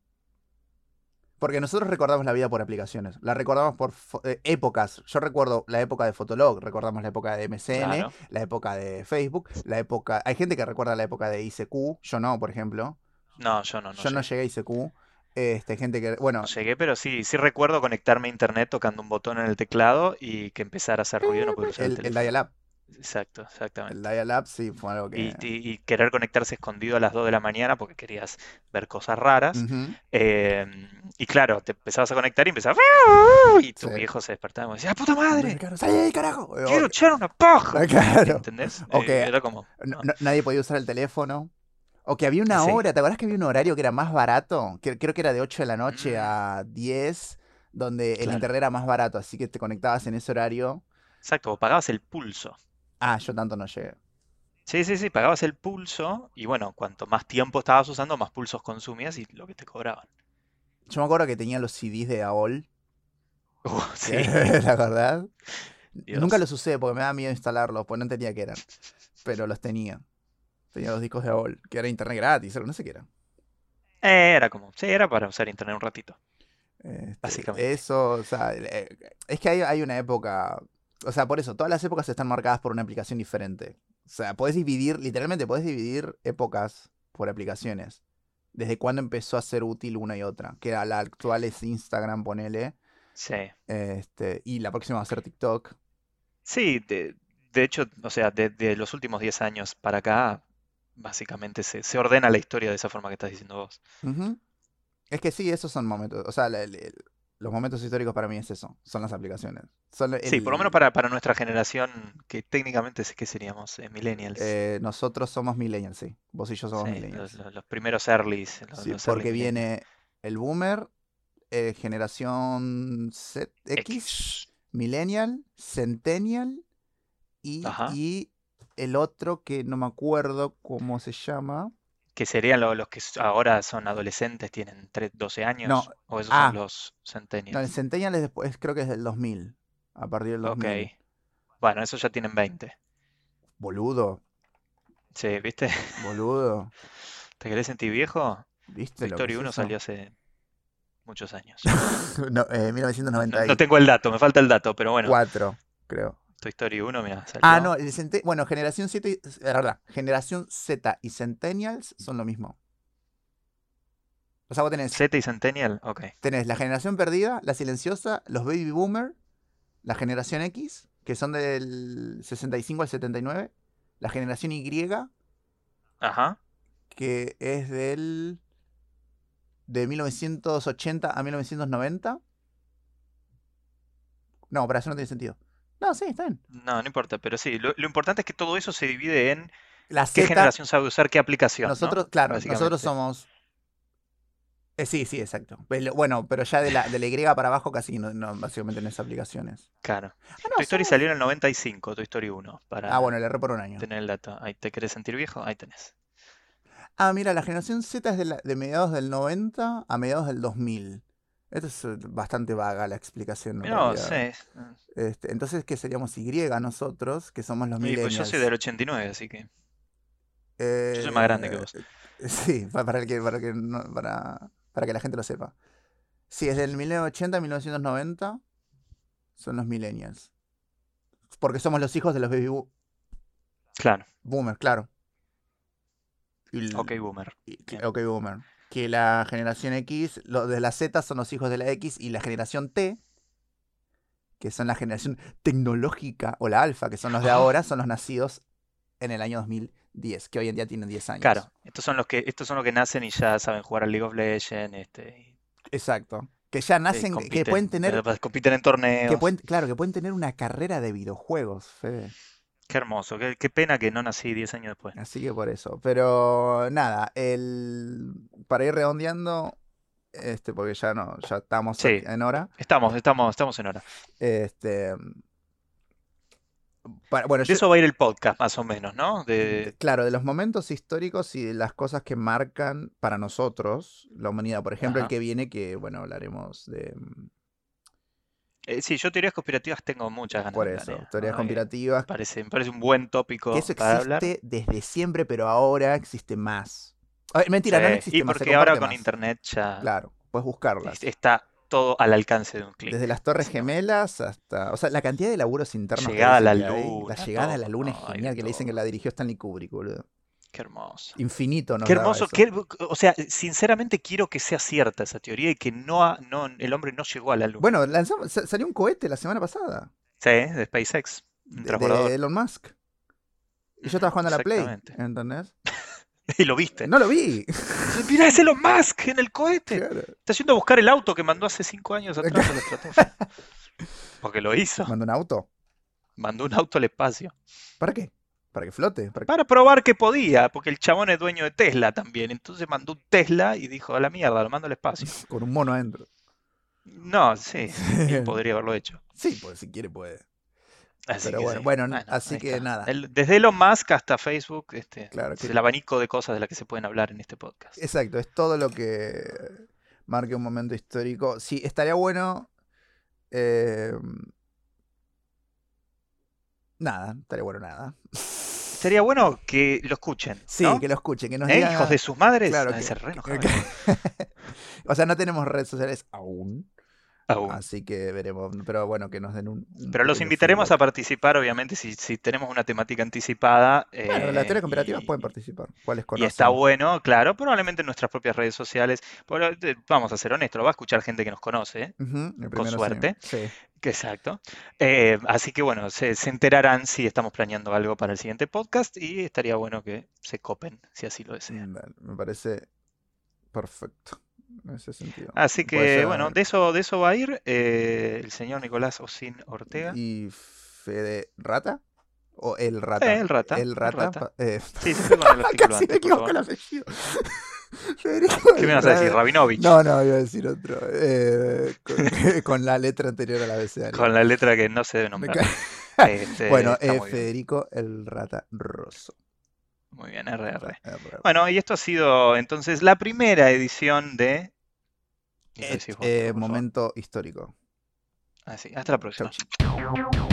Speaker 2: Porque nosotros recordamos la vida por aplicaciones, la recordamos por fo- eh, épocas. Yo recuerdo la época de Fotolog, recordamos la época de MSN,
Speaker 1: Claro.
Speaker 2: la época de Facebook, la época... Hay gente que recuerda la época de ICQ, yo no, por ejemplo.
Speaker 1: No, yo no, no
Speaker 2: Yo no
Speaker 1: llegué.
Speaker 2: llegué a ICQ. Este, gente que, bueno,
Speaker 1: No llegué, pero sí, sí recuerdo conectarme a internet tocando un botón en el teclado y que empezara a hacer ruido y no poder usar el
Speaker 2: El, el
Speaker 1: teléfono.
Speaker 2: dial-up.
Speaker 1: Exacto, exactamente.
Speaker 2: El dial-up sí fue algo
Speaker 1: Y,
Speaker 2: que.
Speaker 1: y- y querer conectarse escondido a las 2 de la mañana porque querías ver cosas raras.
Speaker 2: Ujú,
Speaker 1: Eh, y claro, te empezabas a conectar y empezabas. Y tu
Speaker 2: Sí.
Speaker 1: viejo se despertaba y me decía: ¡Ah, puta
Speaker 2: Entonces,
Speaker 1: madre!
Speaker 2: claro, ¡Salí de ahí, carajo! Eh,
Speaker 1: ¡Quiero
Speaker 2: o-
Speaker 1: echar una paja!
Speaker 2: Claro.
Speaker 1: ¿Entendés?
Speaker 2: O que
Speaker 1: Eh, era como.
Speaker 2: no-
Speaker 1: ah,
Speaker 2: no- nadie podía usar el teléfono. O que había una
Speaker 1: Sí.
Speaker 2: hora, ¿te acuerdas que había un horario que era más barato? Que, creo que era de 8 de la noche
Speaker 1: Mm.
Speaker 2: a 10, donde el
Speaker 1: Claro.
Speaker 2: internet era más barato, así que te conectabas en ese horario.
Speaker 1: Exacto, vos pagabas el pulso.
Speaker 2: Ah, yo tanto no llegué.
Speaker 1: Sí, sí, sí, pagabas el pulso y bueno, cuanto más tiempo estabas usando, más pulsos consumías y lo que te cobraban.
Speaker 2: Yo me acuerdo que tenía los CDs de AOL,
Speaker 1: Uh,
Speaker 2: que,
Speaker 1: sí,
Speaker 2: la verdad. Nunca
Speaker 1: Dios.
Speaker 2: los usé porque me daba miedo instalarlos, pues no entendía qué eran. Pero los tenía. Tenía los discos de AOL, que era internet gratis, algo, no sé qué era.
Speaker 1: Eh, Era como, sí, era para usar internet un ratito,
Speaker 2: Este,
Speaker 1: básicamente.
Speaker 2: eso, o sea, el- eh, es que hay, hay una época, o sea, por eso, todas las épocas están marcadas por una aplicación diferente. O sea, podés dividir, literalmente podés dividir épocas por aplicaciones. Desde cuándo empezó a ser útil una y otra. Que a la actual es Instagram, ponele.
Speaker 1: Sí.
Speaker 2: Este, y la próxima va a ser TikTok.
Speaker 1: Sí, de, de hecho, o sea, de, de los últimos 10 años para acá, básicamente se, se ordena la historia de esa forma que estás diciendo vos.
Speaker 2: Ujú. Es que sí, esos son momentos. O sea, la- el- el- los momentos históricos para mí es eso. Son las aplicaciones. Son
Speaker 1: Sí, por lo menos
Speaker 2: el,
Speaker 1: para, para nuestra generación, que técnicamente es que seríamos eh, millennials.
Speaker 2: eh, nosotros somos millennials, sí. Vos y yo somos
Speaker 1: Sí, los,
Speaker 2: millennials.
Speaker 1: los- los primeros earlys, los,
Speaker 2: Sí,
Speaker 1: los early
Speaker 2: porque
Speaker 1: millennials.
Speaker 2: viene el boomer, eh, generación Z- X,
Speaker 1: X.
Speaker 2: millennial, centennial y,
Speaker 1: Ajá.
Speaker 2: y el otro que no me acuerdo cómo se llama.
Speaker 1: que serían lo- los que s- ahora son adolescentes, tienen tre- 12
Speaker 2: No,
Speaker 1: años, o esos son
Speaker 2: ah,
Speaker 1: los
Speaker 2: no, el
Speaker 1: centennials.
Speaker 2: centennial es después, creo que es del 2000, a partir del
Speaker 1: Ok.
Speaker 2: 2000.
Speaker 1: Bueno, esos ya tienen 20.
Speaker 2: Boludo,
Speaker 1: Sí, ¿viste?
Speaker 2: boludo,
Speaker 1: ¿Te querés sentir viejo? Tu
Speaker 2: ¿viste lo que
Speaker 1: Story
Speaker 2: es
Speaker 1: 1
Speaker 2: eso?
Speaker 1: salió hace muchos años.
Speaker 2: No, eh,
Speaker 1: No, no tengo el dato, me falta el dato, pero bueno,
Speaker 2: 1994, creo.
Speaker 1: Toy Story 1, mira,
Speaker 2: Ah,
Speaker 1: salió.
Speaker 2: no, el cente- bueno, generación 7 y, es verdad, generación Z y Centennials son lo mismo. O sea, vos tenés,
Speaker 1: Z y Centennial, ok.
Speaker 2: tenés la generación perdida, la silenciosa, los baby boomer, la generación X, que son del 65 al 79, la generación Y,
Speaker 1: Ajá.
Speaker 2: que es del de 1980 a 1990. No, para eso no tiene sentido. No, sí, está bien.
Speaker 1: No, no importa, pero sí, lo, lo importante es que todo eso se divide en
Speaker 2: La
Speaker 1: qué
Speaker 2: Z,
Speaker 1: generación sabe usar qué aplicación, ¿no?
Speaker 2: nosotros, claro, nosotros
Speaker 1: Básicamente.
Speaker 2: somos Eh, sí, sí, exacto. Pero, bueno, pero ya de la, de la Y para abajo casi no, no, básicamente en esas aplicaciones.
Speaker 1: Claro.
Speaker 2: Ah, no,
Speaker 1: Toy Story
Speaker 2: somos.
Speaker 1: salió en el 95, Toy Story 1,
Speaker 2: Ah,
Speaker 1: para
Speaker 2: bueno, le erré por un año.
Speaker 1: tener el dato. Ahí, ¿te querés sentir viejo? Ahí tenés.
Speaker 2: Ah, mira, la generación Z es de, la- de mediados del 90 a mediados del 2000. Esto es eh, bastante vaga la explicación en
Speaker 1: Mirá vos,
Speaker 2: realidad.
Speaker 1: sí. Ah,
Speaker 2: Este, entonces, ¿qué seríamos Y nosotros, que somos los
Speaker 1: Y pues yo soy del 89,
Speaker 2: millennials?
Speaker 1: así que yo soy más grande que
Speaker 2: Eh,
Speaker 1: vos.
Speaker 2: sí, pa- para, el que, para, que no- para, para que la gente lo sepa. Sí, es del 1980 a 1990 son los millennials. Porque somos los hijos de los baby boomers.
Speaker 1: Claro,
Speaker 2: Boomer, claro. Y l-
Speaker 1: ok, boomer.
Speaker 2: y cl-
Speaker 1: Bien.
Speaker 2: ok, boomer. Que la generación X, los de la Z son los hijos de la X y la generación T, que son la generación tecnológica o la alfa, que son los de
Speaker 1: Ah,
Speaker 2: ahora, son los nacidos en el año 2010, que hoy en día tienen 10 años.
Speaker 1: Claro, estos son los que, estos son los que nacen y ya saben jugar al League of Legends, este, y
Speaker 2: Exacto. que ya
Speaker 1: Sí,
Speaker 2: nacen, que
Speaker 1: compiten,
Speaker 2: pueden tener,
Speaker 1: pero, pues, compiten en
Speaker 2: que
Speaker 1: torneos.
Speaker 2: pueden, claro, que pueden tener una carrera de videojuegos, Fede.
Speaker 1: Qué hermoso, qué, qué pena que no nací 10 años después.
Speaker 2: Así que por eso. Pero nada, el, para ir redondeando, este, porque ya no, ya estamos
Speaker 1: Sí.
Speaker 2: en hora.
Speaker 1: Estamos, estamos, estamos en hora.
Speaker 2: Este, para- bueno,
Speaker 1: De
Speaker 2: yo-
Speaker 1: eso eh, va a ir el podcast, más o menos, ¿no? De,
Speaker 2: Claro, de los momentos históricos y de las cosas que marcan para nosotros la humanidad. Por ejemplo, el
Speaker 1: Ajá.
Speaker 2: que viene, que bueno, hablaremos de. mm,
Speaker 1: eh, sí, yo teorías conspirativas tengo muchas ganas
Speaker 2: Por
Speaker 1: de hablar,
Speaker 2: eso,
Speaker 1: ¿eh?
Speaker 2: teorías
Speaker 1: Ay,
Speaker 2: conspirativas.
Speaker 1: parece, me parece un buen
Speaker 2: Que
Speaker 1: tópico
Speaker 2: eso
Speaker 1: para hablar.
Speaker 2: existe desde siempre, pero ahora existe más. A ver, mentira, no
Speaker 1: Sí,
Speaker 2: no
Speaker 1: Y
Speaker 2: existe más, se
Speaker 1: porque ahora
Speaker 2: comparte
Speaker 1: con
Speaker 2: más.
Speaker 1: internet ya
Speaker 2: Claro, puedes buscarlas.
Speaker 1: es- está todo al alcance de un clic.
Speaker 2: Desde las Torres
Speaker 1: Si no,
Speaker 2: Gemelas hasta. O sea, la cantidad de laburos internos que
Speaker 1: llegada a la
Speaker 2: dicen que hay. La
Speaker 1: luna,
Speaker 2: llegada a la
Speaker 1: todo,
Speaker 2: luna es
Speaker 1: no, hay de
Speaker 2: genial, que le dicen que
Speaker 1: todo.
Speaker 2: la dirigió Stanley Kubrick, boludo.
Speaker 1: Qué hermoso.
Speaker 2: Infinito nos
Speaker 1: Qué
Speaker 2: daba
Speaker 1: hermoso,
Speaker 2: eso.
Speaker 1: qué, o sea, sinceramente quiero que sea cierta esa teoría y que no, ha- no el hombre no llegó a la luna.
Speaker 2: Bueno, lanzamos- sa- salió un cohete la semana pasada.
Speaker 1: Sí, ¿eh? de SpaceX, un
Speaker 2: de,
Speaker 1: transbordador.
Speaker 2: de Elon Musk. Y yo
Speaker 1: Ujú,
Speaker 2: estaba jugando a la Play,
Speaker 1: exactamente.
Speaker 2: ¿entendés?
Speaker 1: Y lo viste.
Speaker 2: No lo vi.
Speaker 1: Pues Mira, es Elon Musk en el cohete.
Speaker 2: claro.
Speaker 1: Está yendo a buscar el auto que mandó hace cinco años atrás a la estratosfera. Porque lo hizo.
Speaker 2: Mandó un auto.
Speaker 1: Mandó un auto al espacio.
Speaker 2: ¿Para qué? Para que flote. para que-
Speaker 1: Para probar que podía, porque el chabón es dueño de Tesla también. Entonces mandó un Tesla y dijo, a la mierda, lo mando al espacio.
Speaker 2: Con un mono adentro.
Speaker 1: No, sí, él podría haberlo hecho.
Speaker 2: sí, pues si quiere puede.
Speaker 1: Así
Speaker 2: Pero
Speaker 1: que
Speaker 2: bueno,
Speaker 1: sí.
Speaker 2: bueno, n-
Speaker 1: Bueno,
Speaker 2: así
Speaker 1: ahí
Speaker 2: que
Speaker 1: está.
Speaker 2: nada.
Speaker 1: El- desde Elon Musk hasta Facebook, este,
Speaker 2: Claro
Speaker 1: es
Speaker 2: que-
Speaker 1: el abanico de cosas de las que se pueden hablar en este podcast.
Speaker 2: Exacto, es todo lo que marque un momento histórico. Sí, estaría bueno. eh, Nada, estaría bueno nada.
Speaker 1: Sería bueno que lo escuchen,
Speaker 2: Sí,
Speaker 1: ¿no?
Speaker 2: que lo escuchen, que nos
Speaker 1: ¿Eh?
Speaker 2: digan.
Speaker 1: Hijos de sus madres,
Speaker 2: Claro
Speaker 1: han de
Speaker 2: que-
Speaker 1: ser re enojados.
Speaker 2: O sea, no tenemos redes sociales aún.
Speaker 1: Aún.
Speaker 2: Así que veremos. Pero bueno, que nos den un. un
Speaker 1: Pero los
Speaker 2: pequeño
Speaker 1: invitaremos
Speaker 2: feedback.
Speaker 1: a participar, obviamente, si, si tenemos una temática anticipada.
Speaker 2: Bueno, las
Speaker 1: eh,
Speaker 2: teorías cooperativas pueden
Speaker 1: y-
Speaker 2: participar. ¿Cuáles
Speaker 1: Y está
Speaker 2: conocen?
Speaker 1: bueno, claro, probablemente en nuestras propias redes sociales. Pero, eh, vamos a ser honestos, lo va a escuchar gente que nos conoce, ¿eh?
Speaker 2: Ujú, el primero sí,
Speaker 1: suerte.
Speaker 2: sí.
Speaker 1: Que Exacto. Eh, así que bueno, se, se enterarán si estamos planeando algo para el siguiente podcast y estaría bueno que se copen, si así lo desean.
Speaker 2: Mm, vale, me parece perfecto en ese sentido.
Speaker 1: Así
Speaker 2: Puede
Speaker 1: que bueno,
Speaker 2: ser-
Speaker 1: de eso, de eso va a ir eh, el señor Nicolás Osín Ortega.
Speaker 2: ¿Y Fede Rata? ¿O el
Speaker 1: Eh,
Speaker 2: Rata?
Speaker 1: el rata,
Speaker 2: El
Speaker 1: el
Speaker 2: Rata.
Speaker 1: rata.
Speaker 2: pa- eh,
Speaker 1: Sí, siempre con el artículo
Speaker 2: casi me
Speaker 1: antes, por
Speaker 2: equivoco
Speaker 1: favor.
Speaker 2: el apellido. Federico
Speaker 1: ¿Qué
Speaker 2: el
Speaker 1: me vas a decir?
Speaker 2: Rata.
Speaker 1: Rabinovich,
Speaker 2: No, no, iba a decir otro. eh, con, con la letra anterior al abecedario.
Speaker 1: con la letra que no se debe
Speaker 2: Me
Speaker 1: nombrar.
Speaker 2: ca-
Speaker 1: Este,
Speaker 2: Bueno,
Speaker 1: está
Speaker 2: eh,
Speaker 1: muy bien.
Speaker 2: Federico el Rata Rosso.
Speaker 1: Muy bien, RR.
Speaker 2: RR.
Speaker 1: Bueno, y esto ha sido entonces la primera edición de... Y lo
Speaker 2: Et-
Speaker 1: decís vos,
Speaker 2: eh,
Speaker 1: por favor.
Speaker 2: momento histórico.
Speaker 1: Así, Ah, hasta la próxima.
Speaker 2: Chau, chi.